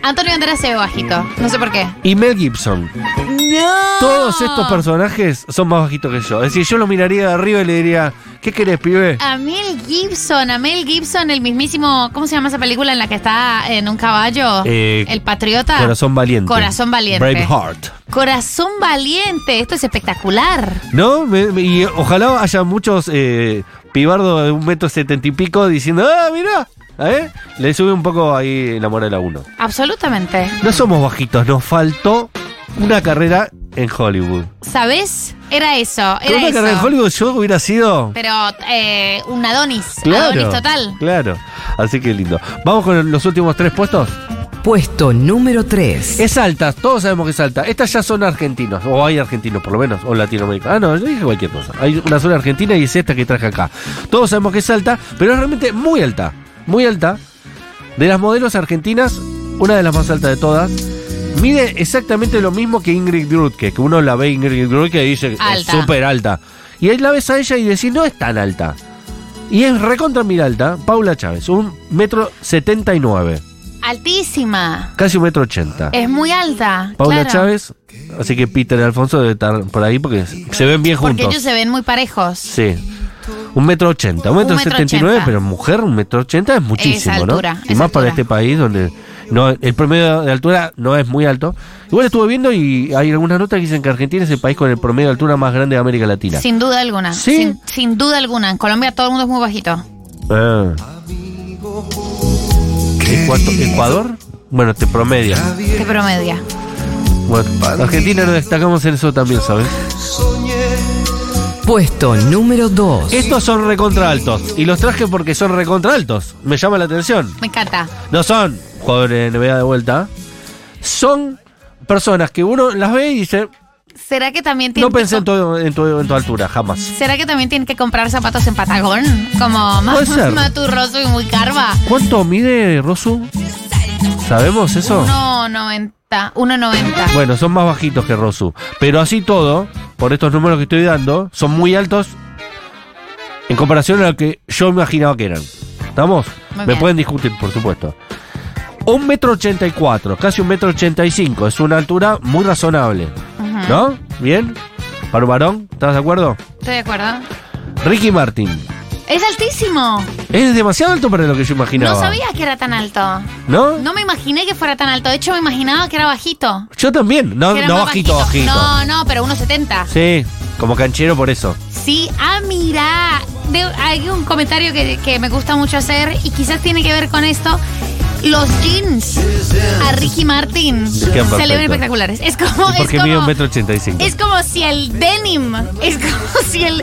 Speaker 1: Antonio Banderas se ve bajito. No sé por qué.
Speaker 3: y Mel Gibson.
Speaker 1: No.
Speaker 3: Todos estos personajes son más bajitos que yo. Es decir, yo lo miraría de arriba y le diría, ¿qué querés, pibe?
Speaker 1: A Mel Gibson, a Mel Gibson, el mismísimo, ¿cómo se llama esa película en la que está en un caballo?
Speaker 3: Eh,
Speaker 1: el patriota.
Speaker 3: Corazón valiente.
Speaker 1: Corazón valiente.
Speaker 3: Braveheart.
Speaker 1: Corazón valiente, esto es espectacular.
Speaker 3: ¿No? Me- me- y ojalá haya muchos eh, pibardos de un metro setenta y pico diciendo, ah, mirá, ¿eh? Le sube un poco ahí la moral a uno.
Speaker 1: Absolutamente.
Speaker 3: No somos bajitos, nos faltó una carrera en Hollywood.
Speaker 1: ¿Sabes? Era eso,
Speaker 3: Con
Speaker 1: era
Speaker 3: una carrera en
Speaker 1: eso.
Speaker 3: Hollywood yo hubiera sido
Speaker 1: Pero eh, un Adonis,
Speaker 3: Claro.
Speaker 1: Adonis total.
Speaker 3: Claro. Así que lindo. Vamos con los últimos tres puestos.
Speaker 4: Puesto número 3.
Speaker 3: Es alta, todos sabemos que es alta. Estas ya son argentinos, o hay argentinos por lo menos, o latinoamericanos. Ah, no, yo dije cualquier cosa. Hay una sola argentina y es esta que traje acá. Todos sabemos que es alta, pero es realmente muy alta. Muy alta. De las modelos argentinas, una de las más altas de todas. Mide exactamente lo mismo que Ingrid Grutke, que uno la ve Ingrid Grutke y dice, es
Speaker 1: Alta.
Speaker 3: súper alta. Y ahí la ves a ella y decís, no es tan alta. Y es recontra mil alta, Paula Chávez, un metro setenta y nueve,
Speaker 1: Altísima.
Speaker 3: casi un metro ochenta.
Speaker 1: Es muy alta.
Speaker 3: Paula
Speaker 1: claro.
Speaker 3: Chávez, así que Peter y Alfonso deben estar por ahí porque se ven bien
Speaker 1: Porque
Speaker 3: juntos.
Speaker 1: ellos se ven muy parejos.
Speaker 3: Sí. Un metro ochenta, un metro
Speaker 1: Un metro
Speaker 3: setenta y nueve,
Speaker 1: ochenta.
Speaker 3: pero mujer, un metro ochenta es muchísimo,
Speaker 1: altura,
Speaker 3: ¿no? Y
Speaker 1: es
Speaker 3: más para
Speaker 1: altura.
Speaker 3: este país donde no, el promedio de altura no es muy alto. Igual estuve viendo y hay algunas notas que dicen que Argentina es el país con el promedio de altura más grande de América Latina.
Speaker 1: Sin duda alguna.
Speaker 3: Sí.
Speaker 1: Sin, sin duda alguna. En Colombia todo el mundo es muy bajito.
Speaker 3: Ah. ¿Cuánto? ¿Ecuador? Bueno, te promedia.
Speaker 1: Qué promedia.
Speaker 3: Bueno, Argentina nos destacamos en eso también, ¿sabes?
Speaker 4: Puesto número 2.
Speaker 3: Estos son recontra altos. Y los traje porque son recontra altos. Me llama la atención.
Speaker 1: Me encanta.
Speaker 3: No son jugadores de NBA de vuelta. Son personas que uno las ve y dice,
Speaker 1: ¿Será que también tienen
Speaker 3: no pensé
Speaker 1: que
Speaker 3: en tu, en tu- en tu altura, jamás.
Speaker 1: ¿Será que también tienen que comprar zapatos en Patagón? Como
Speaker 3: Puede ser.
Speaker 1: más maturroso y muy carva.
Speaker 3: ¿Cuánto mide Rosu? ¿Sabemos eso?
Speaker 1: 1.90. 1.90.
Speaker 3: Bueno, son más bajitos que Rosu. Pero así todo, por estos números que estoy dando, son muy altos en comparación a lo que yo imaginaba que eran. ¿Estamos?
Speaker 1: Muy
Speaker 3: Me
Speaker 1: bien.
Speaker 3: pueden discutir, por supuesto. Un metro ochenta y cuatro, casi un metro ochenta y cinco. Es una altura muy razonable.
Speaker 1: Ujú.
Speaker 3: ¿No? ¿Bien? Para un varón, ¿estás de acuerdo?
Speaker 1: ¿Estoy de acuerdo?
Speaker 3: Ricky Martin,
Speaker 1: Es altísimo.
Speaker 3: Es demasiado alto para lo que yo imaginaba.
Speaker 1: No sabía que era tan alto.
Speaker 3: ¿No?
Speaker 1: No me imaginé que fuera tan alto. De hecho, me imaginaba que era bajito.
Speaker 3: Yo también. No,
Speaker 1: Que era
Speaker 3: no
Speaker 1: más
Speaker 3: bajito, bajito.
Speaker 1: No, no, pero 1,70.
Speaker 3: Sí, como canchero por eso.
Speaker 1: Sí, ah, mira. De- hay un comentario que, que me gusta mucho hacer y quizás tiene que ver con esto. Los jeans a Ricky Martin
Speaker 3: Les
Speaker 1: se
Speaker 3: quedan
Speaker 1: le ven
Speaker 3: perfectos.
Speaker 1: espectaculares. Es como, es
Speaker 3: Porque mide
Speaker 1: como,
Speaker 3: un metro ochenta y cinco.
Speaker 1: es como si el denim, es como si el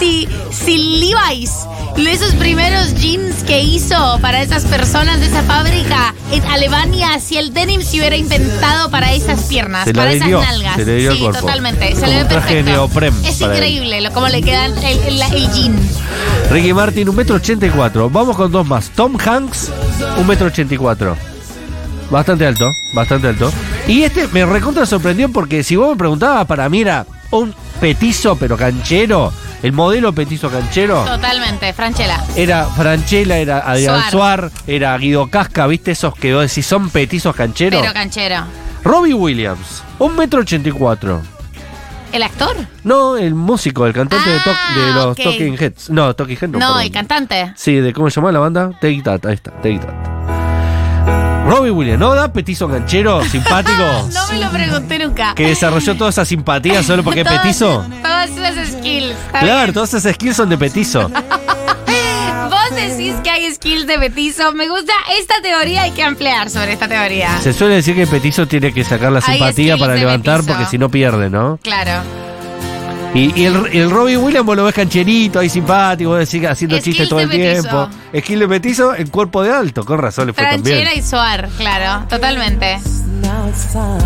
Speaker 1: si, si Levi's, esos primeros jeans que hizo para esas personas de esa fábrica en Alemania, si el denim se hubiera inventado para esas piernas,
Speaker 3: Se le
Speaker 1: para
Speaker 3: adhirió,
Speaker 1: esas nalgas.
Speaker 3: se le adhirió
Speaker 1: sí,
Speaker 3: al cuerpo.
Speaker 1: totalmente, se
Speaker 3: Como
Speaker 1: le ve
Speaker 3: un traje de
Speaker 1: perfecto.
Speaker 3: neopren
Speaker 1: es
Speaker 3: para él.
Speaker 1: increíble lo, como le quedan el, el- el jean.
Speaker 3: Ricky Martin, un metro ochenta y cuatro. Vamos con dos más. Tom Hanks, un metro ochenta y cuatro. Bastante alto, bastante alto. Y este me recontra sorprendió porque si vos me preguntabas, para mí era un petizo pero canchero. El modelo petizo canchero.
Speaker 1: Totalmente, Franchela.
Speaker 3: Era Franchella, era Adrián
Speaker 1: Suar.
Speaker 3: Suar, era Guido Casca, ¿viste? Esos que vos decís son petizos cancheros.
Speaker 1: Pero canchero.
Speaker 3: Robbie Williams, un metro ochenta y cuatro.
Speaker 1: ¿El actor?
Speaker 3: No, el músico, el cantante de, Talk- de los
Speaker 1: Ah, ok.
Speaker 3: Talking Heads. No, Talking Heads no.
Speaker 1: No,
Speaker 3: perdón.
Speaker 1: el cantante.
Speaker 3: Sí, de cómo se llama la banda. Take That, ahí está, Take That. Robbie Williams, ¿no da petizo ganchero, simpático?
Speaker 1: No me lo pregunté nunca.
Speaker 3: que desarrolló toda esa simpatía solo porque es
Speaker 1: Todas-
Speaker 3: petizo.
Speaker 1: Todas esas skills. está
Speaker 3: Claro, todas esas skills son de petizo.
Speaker 1: Vos decís que hay skills de petizo. Me gusta esta teoría, hay que ampliar sobre esta teoría.
Speaker 3: Se suele decir que petizo tiene que sacar la
Speaker 1: Hay
Speaker 3: simpatía
Speaker 1: skills
Speaker 3: para
Speaker 1: de
Speaker 3: levantar
Speaker 1: petizo.
Speaker 3: porque si no pierde, ¿no?
Speaker 1: Claro.
Speaker 3: Y, y el, el Robbie Williams vos lo ves cancherito, ahí simpático, vos decís haciendo
Speaker 1: Skills
Speaker 3: chistes todo
Speaker 1: de
Speaker 3: el
Speaker 1: petizo.
Speaker 3: tiempo. Skill de petizo en cuerpo de alto, con razón le fue tan bien.
Speaker 1: Franchera y Suar, claro, totalmente.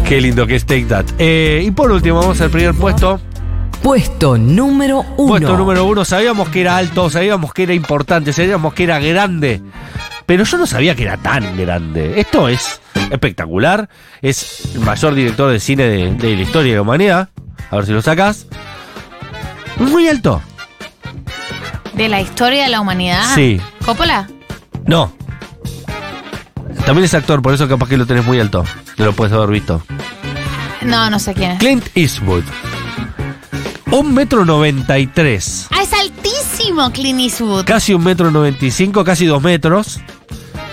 Speaker 3: Qué lindo que es Take That. Eh, y por último, vamos al primer puesto.
Speaker 4: Puesto número uno.
Speaker 3: Puesto número uno. Sabíamos que era alto, sabíamos que era importante, sabíamos que era grande. Pero yo no sabía que era tan grande. Esto es espectacular. Es el mayor director de cine de, de la historia de la humanidad. A ver si lo sacas. Muy alto.
Speaker 1: De la historia de la humanidad.
Speaker 3: Sí.
Speaker 1: Coppola.
Speaker 3: No. También es actor, por eso capaz que lo tenés muy alto. No lo puedes haber visto.
Speaker 1: No, no sé quién es.
Speaker 3: Clint Eastwood. Un metro noventa y tres.
Speaker 1: Ah, es altísimo Clint Eastwood.
Speaker 3: casi un metro noventa y cinco, casi dos metros.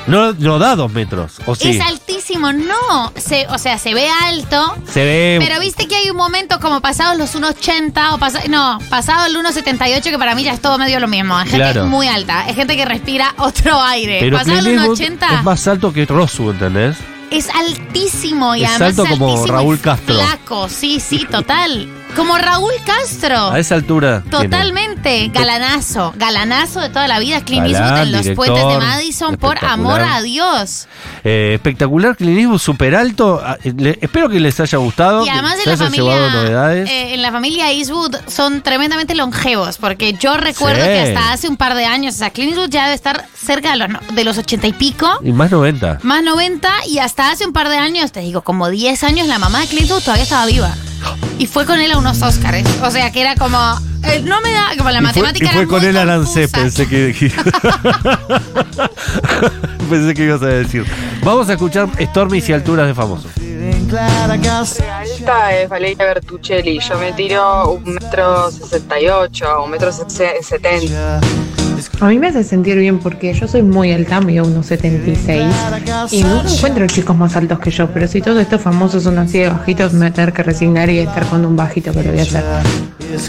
Speaker 3: No, no da dos metros, o sí.
Speaker 1: Es altísimo, no. Se, o sea, se ve alto.
Speaker 3: Se ve.
Speaker 1: Pero viste que hay un momento como pasados los 1,80 o pasa- no, pasado el 1,78 que para mí ya es todo medio lo mismo. Es gente
Speaker 3: Claro.
Speaker 1: muy alta, es gente que respira otro aire.
Speaker 3: pero
Speaker 1: pasado el
Speaker 3: Clint Eastwood
Speaker 1: 1,80
Speaker 3: es más alto que Rosu, ¿entendés?
Speaker 1: Es altísimo y
Speaker 3: Es
Speaker 1: además
Speaker 3: alto como
Speaker 1: altísimo y
Speaker 3: Raúl Castro.
Speaker 1: Flaco, sí, sí, total. Como Raúl Castro.
Speaker 3: A esa altura. tiene.
Speaker 1: Totalmente, galanazo, galanazo de toda la vida, Clint
Speaker 3: Galán,
Speaker 1: Eastwood en los
Speaker 3: director,
Speaker 1: puentes de Madison, por amor
Speaker 3: espectacular.
Speaker 1: a Dios.
Speaker 3: Eh, espectacular, Clint Eastwood, súper alto. Ah, eh, le- espero que les haya gustado.
Speaker 1: Y además
Speaker 3: que
Speaker 1: en
Speaker 3: se
Speaker 1: la,
Speaker 3: haya llevado
Speaker 1: familia,
Speaker 3: novedades.
Speaker 1: eh, en la familia Eastwood son tremendamente longevos, porque yo recuerdo
Speaker 3: Sí.
Speaker 1: que hasta hace un par de años, o sea, Clint Eastwood ya debe estar cerca de los, no- de los 80 y pico,
Speaker 3: y más 90.
Speaker 1: más 90, y hasta hace un par de años, te digo, como 10 años, la mamá de Clint Eastwood todavía estaba viva. Y fue con él a unos Óscares. O sea, que era como... eh, no me da... Como la
Speaker 3: Y fue-
Speaker 1: matemática
Speaker 3: y fue,
Speaker 1: era
Speaker 3: con
Speaker 1: muy
Speaker 3: él a Lancé,
Speaker 1: confusa.
Speaker 3: pensé que, que- pensé que ibas a decir. Vamos a escuchar Stormy y alturas de famosos.
Speaker 13: Alta es Valeria Bertuccelli. Yo me tiro un metro sesenta y ocho, un metro se- setenta.
Speaker 14: A mí me hace sentir bien porque yo soy muy alta, mido unos 76 y no encuentro chicos más altos que yo, pero si todos estos famosos son así de bajitos, me voy a tener que resignar y estar con un bajito que lo voy a hacer.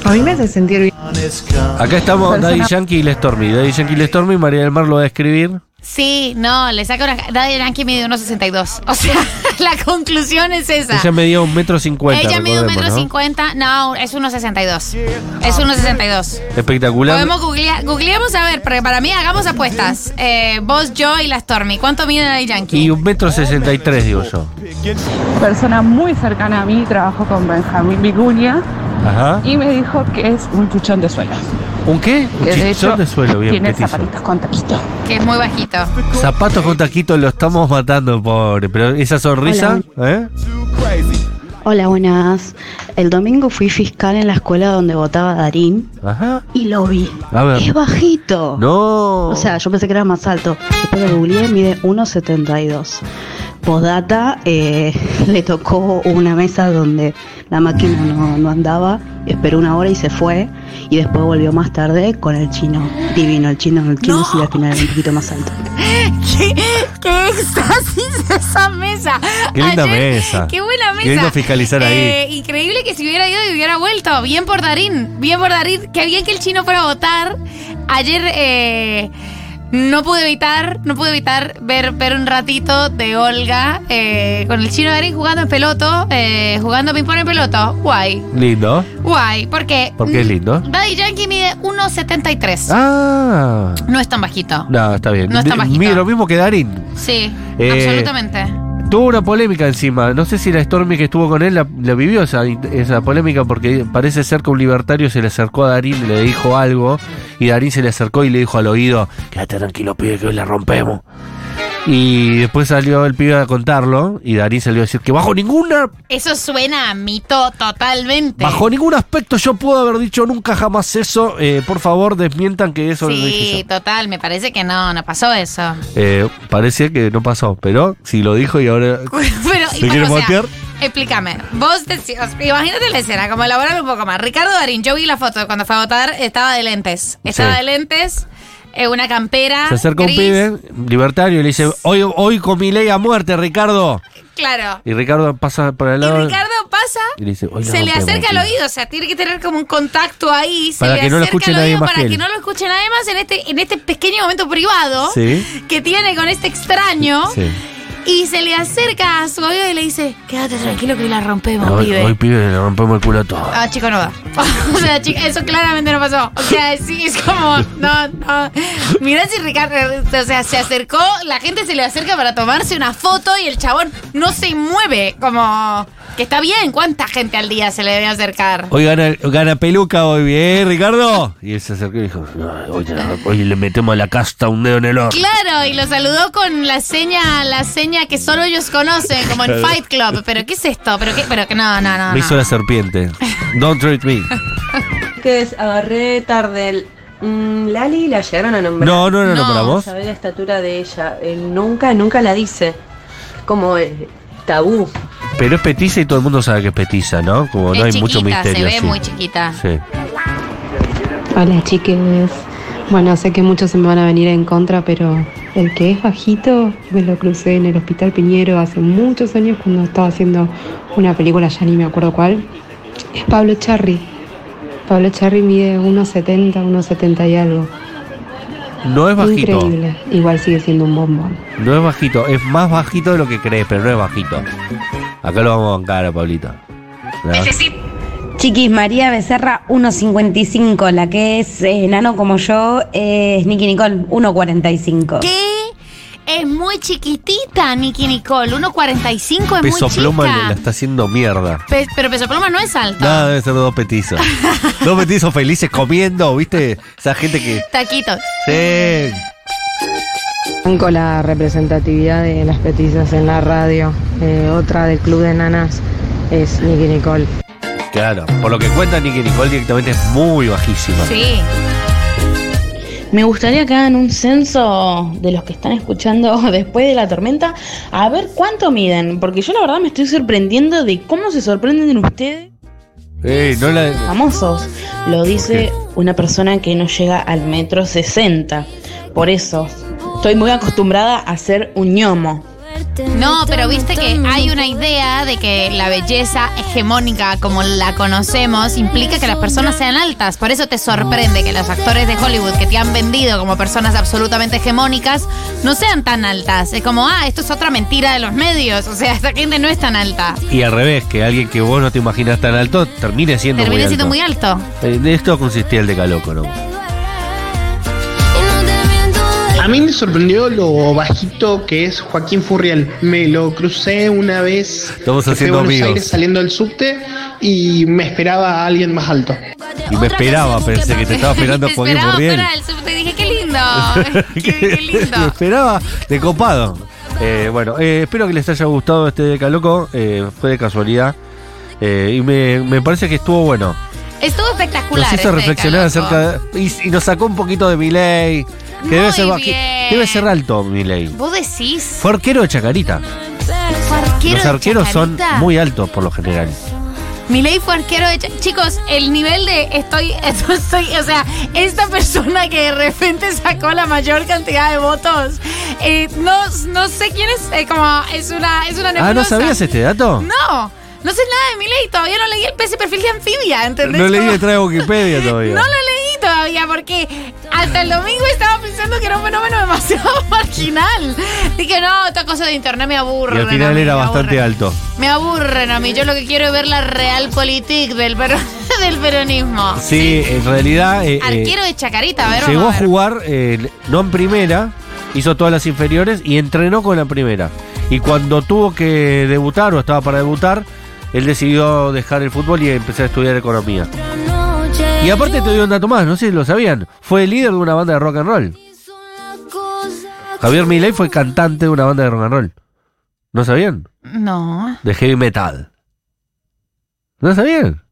Speaker 14: A mí me hace sentir bien.
Speaker 3: Acá estamos Daddy Yankee y la Stormy. Daddy Yankee y la Stormy, María del Mar lo va a escribir.
Speaker 1: Sí, no, le saca una... Daddy Yankee mide 1,62. O sea, la conclusión es esa.
Speaker 3: Ella medía un metro cincuenta.
Speaker 1: Ella mide un metro
Speaker 3: recordemos, ¿no?
Speaker 1: cincuenta. No, es 1,62. Es 1,62.
Speaker 3: Espectacular.
Speaker 1: Podemos googlear, googleamos a ver, porque para mí hagamos apuestas. Eh, vos, yo y la Stormy. ¿Cuánto miden a Yankee?
Speaker 3: Y un metro sesenta y tres, digo yo.
Speaker 15: persona muy cercana a mí, trabajo con Benjamín Viguña
Speaker 3: Ajá.
Speaker 15: y me dijo que es un chuchón de suelo.
Speaker 3: ¿Un qué? Un
Speaker 15: Que de
Speaker 3: chichón
Speaker 15: hecho
Speaker 3: de suelo, bien
Speaker 15: tiene
Speaker 3: petizo.
Speaker 15: zapatitos con taquito.
Speaker 1: Que es muy bajito.
Speaker 3: Zapatos con taquito lo estamos matando, pobre. Pero esa sonrisa, ¿eh?
Speaker 16: Hola, buenas. El domingo fui fiscal en la escuela donde votaba Darín
Speaker 3: Ajá.
Speaker 16: y lo vi.
Speaker 3: A ver.
Speaker 16: Es bajito.
Speaker 3: No.
Speaker 16: O sea, yo pensé que era más alto. Después lo googleé, mide 1,72. Podata eh, le tocó una mesa donde la máquina no, no andaba, esperó una hora y se fue, y después volvió más tarde con el chino. Divino, el chino, el chino sí al final era un poquito más alto.
Speaker 1: ¿Qué, qué éxtasis esa mesa?
Speaker 3: Qué linda mesa.
Speaker 1: Qué buena mesa.
Speaker 3: Qué lindo fiscalizar ahí.
Speaker 1: Eh, increíble que si hubiera ido y hubiera vuelto. Bien por Darín. Bien por Darín. Qué bien que el chino fuera a votar. Ayer eh, no pude evitar, no pude evitar ver, ver un ratito de Olga eh, con el chino Darín jugando en peloto, eh, jugando ping-pong en peloto. Guay.
Speaker 3: Lindo.
Speaker 1: Guay. Porque
Speaker 3: Porque es lindo.
Speaker 1: Daddy Yankee mide 1,73.
Speaker 3: Ah.
Speaker 1: No es tan bajito.
Speaker 3: No, está bien.
Speaker 1: No está
Speaker 3: De-
Speaker 1: bajito.
Speaker 3: Mire, lo mismo que Darín.
Speaker 1: Sí,
Speaker 3: Eh,
Speaker 1: absolutamente.
Speaker 3: Tuvo una polémica encima. No sé si la Stormy que estuvo con él la, la vivió esa, esa polémica porque parece ser que un libertario se le acercó a Darín y le dijo algo. Y Darín se le acercó y le dijo al oído: Quédate tranquilo, pibe, que hoy la rompemos. Y después salió el pibe a contarlo y Darín salió a decir que bajo ninguna
Speaker 1: Eso suena a mito totalmente.
Speaker 3: bajo ningún aspecto yo puedo haber dicho nunca jamás eso. Eh, por favor, desmientan que eso lo dije yo.
Speaker 1: Sí, total, me parece que no, no pasó eso.
Speaker 3: Eh, parecía que no pasó, pero si lo dijo y ahora.
Speaker 1: Pero,
Speaker 3: ¿Te
Speaker 1: igual,
Speaker 3: quieres
Speaker 1: o sea,
Speaker 3: motear?
Speaker 1: Explícame, vos decías, imagínate la escena, como elaborar un poco más. Ricardo Darín, yo vi la foto cuando fue a votar, estaba de lentes. Estaba
Speaker 3: Sí.
Speaker 1: de lentes, eh, una campera.
Speaker 3: Se acerca un
Speaker 1: gris,
Speaker 3: pibe libertario y le dice: Hoy, hoy con mi ley a muerte, Ricardo.
Speaker 1: Claro.
Speaker 3: Y Ricardo pasa por el
Speaker 1: Y
Speaker 3: lado.
Speaker 1: Ricardo pasa,
Speaker 3: y le dice: "Hoy la
Speaker 1: se le
Speaker 3: rompemos,
Speaker 1: acerca al
Speaker 3: tío".
Speaker 1: oído, o sea, tiene que tener como un contacto ahí.
Speaker 3: Para
Speaker 1: se
Speaker 3: que
Speaker 1: le
Speaker 3: no lo
Speaker 1: acerca
Speaker 3: escuche
Speaker 1: al
Speaker 3: nadie
Speaker 1: oído
Speaker 3: más
Speaker 1: para
Speaker 3: que él.
Speaker 1: que no lo escuche nadie más en este, en este pequeño momento privado
Speaker 3: Sí.
Speaker 1: que tiene con este extraño.
Speaker 3: Sí.
Speaker 1: Y se le acerca a su oído y le dice, quédate tranquilo que hoy la rompemos,
Speaker 3: Hoy,
Speaker 1: pibe.
Speaker 3: hoy, pibe, le rompemos el culo a todos.
Speaker 1: Ah, chico, no da. O sea, chico, eso claramente no pasó. O sea, sí, es como, no, no. Mirá si Ricardo, o sea, se acercó, la gente se le acerca para tomarse una foto y el chabón no se mueve. Como, que está bien, ¿cuánta gente al día se le debe acercar?
Speaker 3: Hoy gana, gana peluca, hoy bien, Ricardo. Y él se acercó y dijo: "No, hoy, te la- hoy le metemos a la casta un dedo en el horno.
Speaker 1: Claro, y lo saludó con la seña, la seña que solo ellos conocen, como en
Speaker 3: Claro.
Speaker 1: Fight Club. Pero ¿qué es esto? Pero qué, pero que no, no, no. no.
Speaker 3: Me hizo la serpiente. Don't treat me.
Speaker 17: Que es, agarré tarde el. mm, Lali la llegaron a nombrar.
Speaker 3: No, no la No. nombramos.
Speaker 17: Saber la estatura de ella. Él nunca, nunca la dice. Es como eh, tabú.
Speaker 3: Pero es petiza y todo el mundo sabe que es petiza, ¿no? Como no hay
Speaker 17: Es
Speaker 3: mucho
Speaker 17: chiquita, se
Speaker 3: misterio.
Speaker 17: ve
Speaker 3: sí.
Speaker 17: muy
Speaker 1: chiquita.
Speaker 3: Sí.
Speaker 18: Hola chiques. Bueno, sé que muchos se me van a venir en contra, pero el que es bajito me lo crucé en el Hospital Piñero hace muchos años cuando estaba haciendo una película, ya ni me acuerdo cuál. Es Pablo Charri. Pablo Charri mide 1,70, 1,70 y algo.
Speaker 3: No es bajito.
Speaker 18: Increíble. Igual sigue siendo un bombón.
Speaker 3: No es bajito, es más bajito de lo que crees, pero no es bajito. Acá lo vamos a bancar a Pablito. ¿No?
Speaker 19: Chiquis, María Becerra 1.55, la que es eh, enano como yo eh, es Nicky Nicole 1.45.
Speaker 1: ¿Qué? Es muy chiquitita, Nicky Nicole. 1.45 es
Speaker 3: Peso
Speaker 1: muy
Speaker 3: pluma
Speaker 1: chica.
Speaker 3: le- la está haciendo mierda.
Speaker 1: Pe- pero peso pluma no es alto.
Speaker 3: Nada, debe ser dos petizos. dos petizos felices comiendo, ¿viste? Esa gente que.
Speaker 1: Taquitos.
Speaker 3: Sí.
Speaker 20: Banco la representatividad de las petizas en la radio. Eh, otra del Club de Nanas es Nicky Nicole.
Speaker 3: Claro. Por lo que cuenta Nicky Nicole directamente es muy bajísima.
Speaker 21: Me gustaría que hagan un censo de los que están escuchando después de la tormenta, a ver cuánto miden, porque yo la verdad me estoy sorprendiendo de cómo se sorprenden ustedes
Speaker 3: Eh, no la.
Speaker 21: famosos. Lo dice una persona que no llega al metro 60. Por eso, estoy muy acostumbrada a ser un ñomo.
Speaker 1: No, pero viste que hay una idea de que la belleza hegemónica como la conocemos implica que las personas sean altas. Por eso te sorprende que los actores de Hollywood que te han vendido como personas absolutamente hegemónicas no sean tan altas. Es como, ah, esto es otra mentira de los medios. O sea, esta gente no es tan alta.
Speaker 3: Y al revés, que alguien que vos no te imaginas tan alto termine siendo
Speaker 1: Termina
Speaker 3: muy
Speaker 1: siendo
Speaker 3: alto.
Speaker 1: muy alto.
Speaker 3: Eh, De esto consistía el decaloco, ¿no?
Speaker 22: A mí me sorprendió lo bajito que es Joaquín Furriel. Me lo crucé una vez que
Speaker 3: Estamos
Speaker 22: fui a
Speaker 3: haciendo
Speaker 22: Buenos
Speaker 3: amigos.
Speaker 22: Aires saliendo del subte y me esperaba a alguien más alto.
Speaker 3: Y me esperaba, pensé que te estaba esperando
Speaker 1: Me
Speaker 3: Joaquín
Speaker 1: esperaba
Speaker 3: Furriel.
Speaker 1: fuera del subte y dije, qué lindo.
Speaker 3: Lo esperaba de copado. Eh, bueno, eh, espero que les haya gustado este Decaloco. eh, fue de casualidad. eh, y me, me parece que estuvo bueno.
Speaker 1: Estuvo espectacular.
Speaker 3: Nos hizo
Speaker 1: este
Speaker 3: reflexionar
Speaker 1: decálogo.
Speaker 3: acerca de, y, y nos sacó un poquito de Miley. Que debe
Speaker 1: Muy
Speaker 3: ser, baji-
Speaker 1: bien.
Speaker 3: debe ser alto, Miley.
Speaker 1: Vos decís.
Speaker 3: Fue arquero de Chacarita.
Speaker 1: arquero
Speaker 3: Los
Speaker 1: de
Speaker 3: arqueros son
Speaker 1: Chacarita.
Speaker 3: muy altos por lo general.
Speaker 1: Milei fue arquero de... Ch- Chicos, el nivel de estoy, estoy... O sea, esta persona que de repente sacó la mayor cantidad de votos. eh, no, no sé quién es. eh, como es una, es una nebulosa.
Speaker 3: Ah, ¿no sabías este dato?
Speaker 1: No. No sé nada de Milei. Todavía no leí el pez y perfil de anfibia, ¿entendés?
Speaker 3: No leí
Speaker 1: Como-
Speaker 3: detrás de Wikipedia todavía.
Speaker 1: No lo leí todavía porque hasta el domingo estaba pensando que era un fenómeno demasiado marginal. Dije, no, esta cosa de internet me aburre.
Speaker 3: y al final era bastante alto.
Speaker 1: Me aburren a mí. Yo lo que quiero es ver la realpolitik del, per- del peronismo.
Speaker 3: Sí, en realidad. eh, eh,
Speaker 1: Arquero de Chacarita, a ver.
Speaker 3: llegó a
Speaker 1: vamos a ver.
Speaker 3: jugar, eh, no en primera, hizo todas las inferiores y entrenó con la primera. Y cuando tuvo que debutar o estaba para debutar, él decidió dejar el fútbol y empezar a estudiar economía. Y aparte te doy un dato más, no sé si lo sabían, fue el líder de una banda de rock and roll. Javier Milei fue cantante de una banda de rock and roll. ¿No sabían?
Speaker 1: No,
Speaker 3: De heavy metal. ¿No sabían?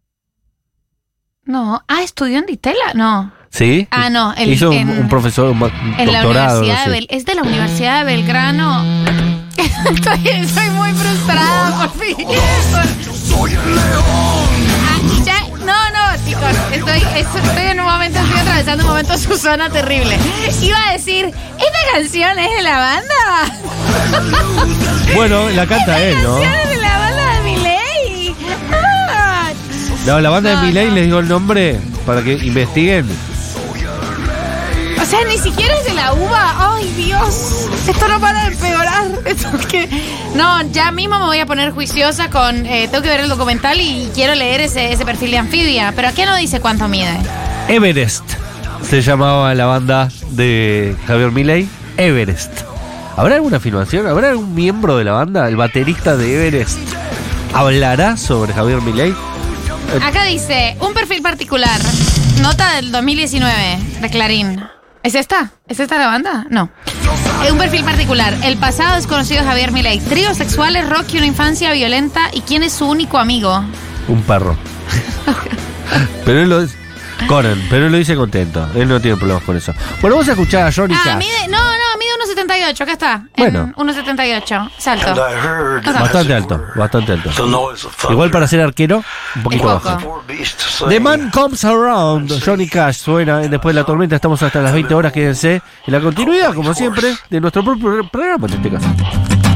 Speaker 1: no. Ah, estudió en Ditela. No.
Speaker 3: Sí.
Speaker 1: Ah, no, el-
Speaker 3: Hizo un-
Speaker 1: en-
Speaker 3: un, profesor, un, ma- un
Speaker 1: En la
Speaker 3: doctorado.
Speaker 1: Universidad
Speaker 3: no
Speaker 1: de
Speaker 3: sé.
Speaker 1: Bel Es de la Universidad de Belgrano. estoy, estoy muy frustrada por fin. Ah, ya- No, no, chicos, estoy, es- estoy en un momento, estoy atravesando un momento Susana terrible. Iba a decir, ¿esta canción es de la banda?
Speaker 3: Bueno, la canta él, ¿no?
Speaker 1: ¿Es de la banda de Miley? Ah.
Speaker 3: No, la banda de Miley les digo el nombre para que investiguen.
Speaker 1: O sea, ni siquiera es de la uva. Ay, Dios. Esto no para de empeorar. Esto que... No, ya mismo me voy a poner juiciosa con... eh, tengo que ver el documental y quiero leer ese, ese perfil de anfibia. Pero aquí no dice cuánto mide.
Speaker 3: Everest se llamaba la banda de Javier Milei. Everest. ¿Habrá alguna afirmación? ¿Habrá algún miembro de la banda? ¿El baterista de Everest hablará sobre Javier Milei?
Speaker 1: Acá dice, un perfil particular. Nota del 2019 de Clarín. ¿Es esta? ¿Es esta la banda? No. Eh, Un perfil particular. El pasado desconocido de Javier Milei. Tríos sexuales, rock y una infancia violenta. ¿Y quién es su único amigo? Ah,
Speaker 3: Un perro. pero él lo dice. Conan, pero él lo dice contento. Él no tiene problemas con eso. Bueno, vamos a escuchar a Johnny
Speaker 1: Ah,
Speaker 3: Cash.
Speaker 1: mide, no, no, mide 1,78, acá está.
Speaker 3: Bueno.
Speaker 1: En 1,78, salto.
Speaker 3: Bastante alto, bastante alto. Igual para ser arquero, un poquito
Speaker 1: Es poco.
Speaker 3: bajo. The Man Comes Around, Johnny Cash suena en Después de la Tormenta, estamos hasta las 20 horas, quédense en la continuidad, como siempre, de nuestro propio programa en este caso.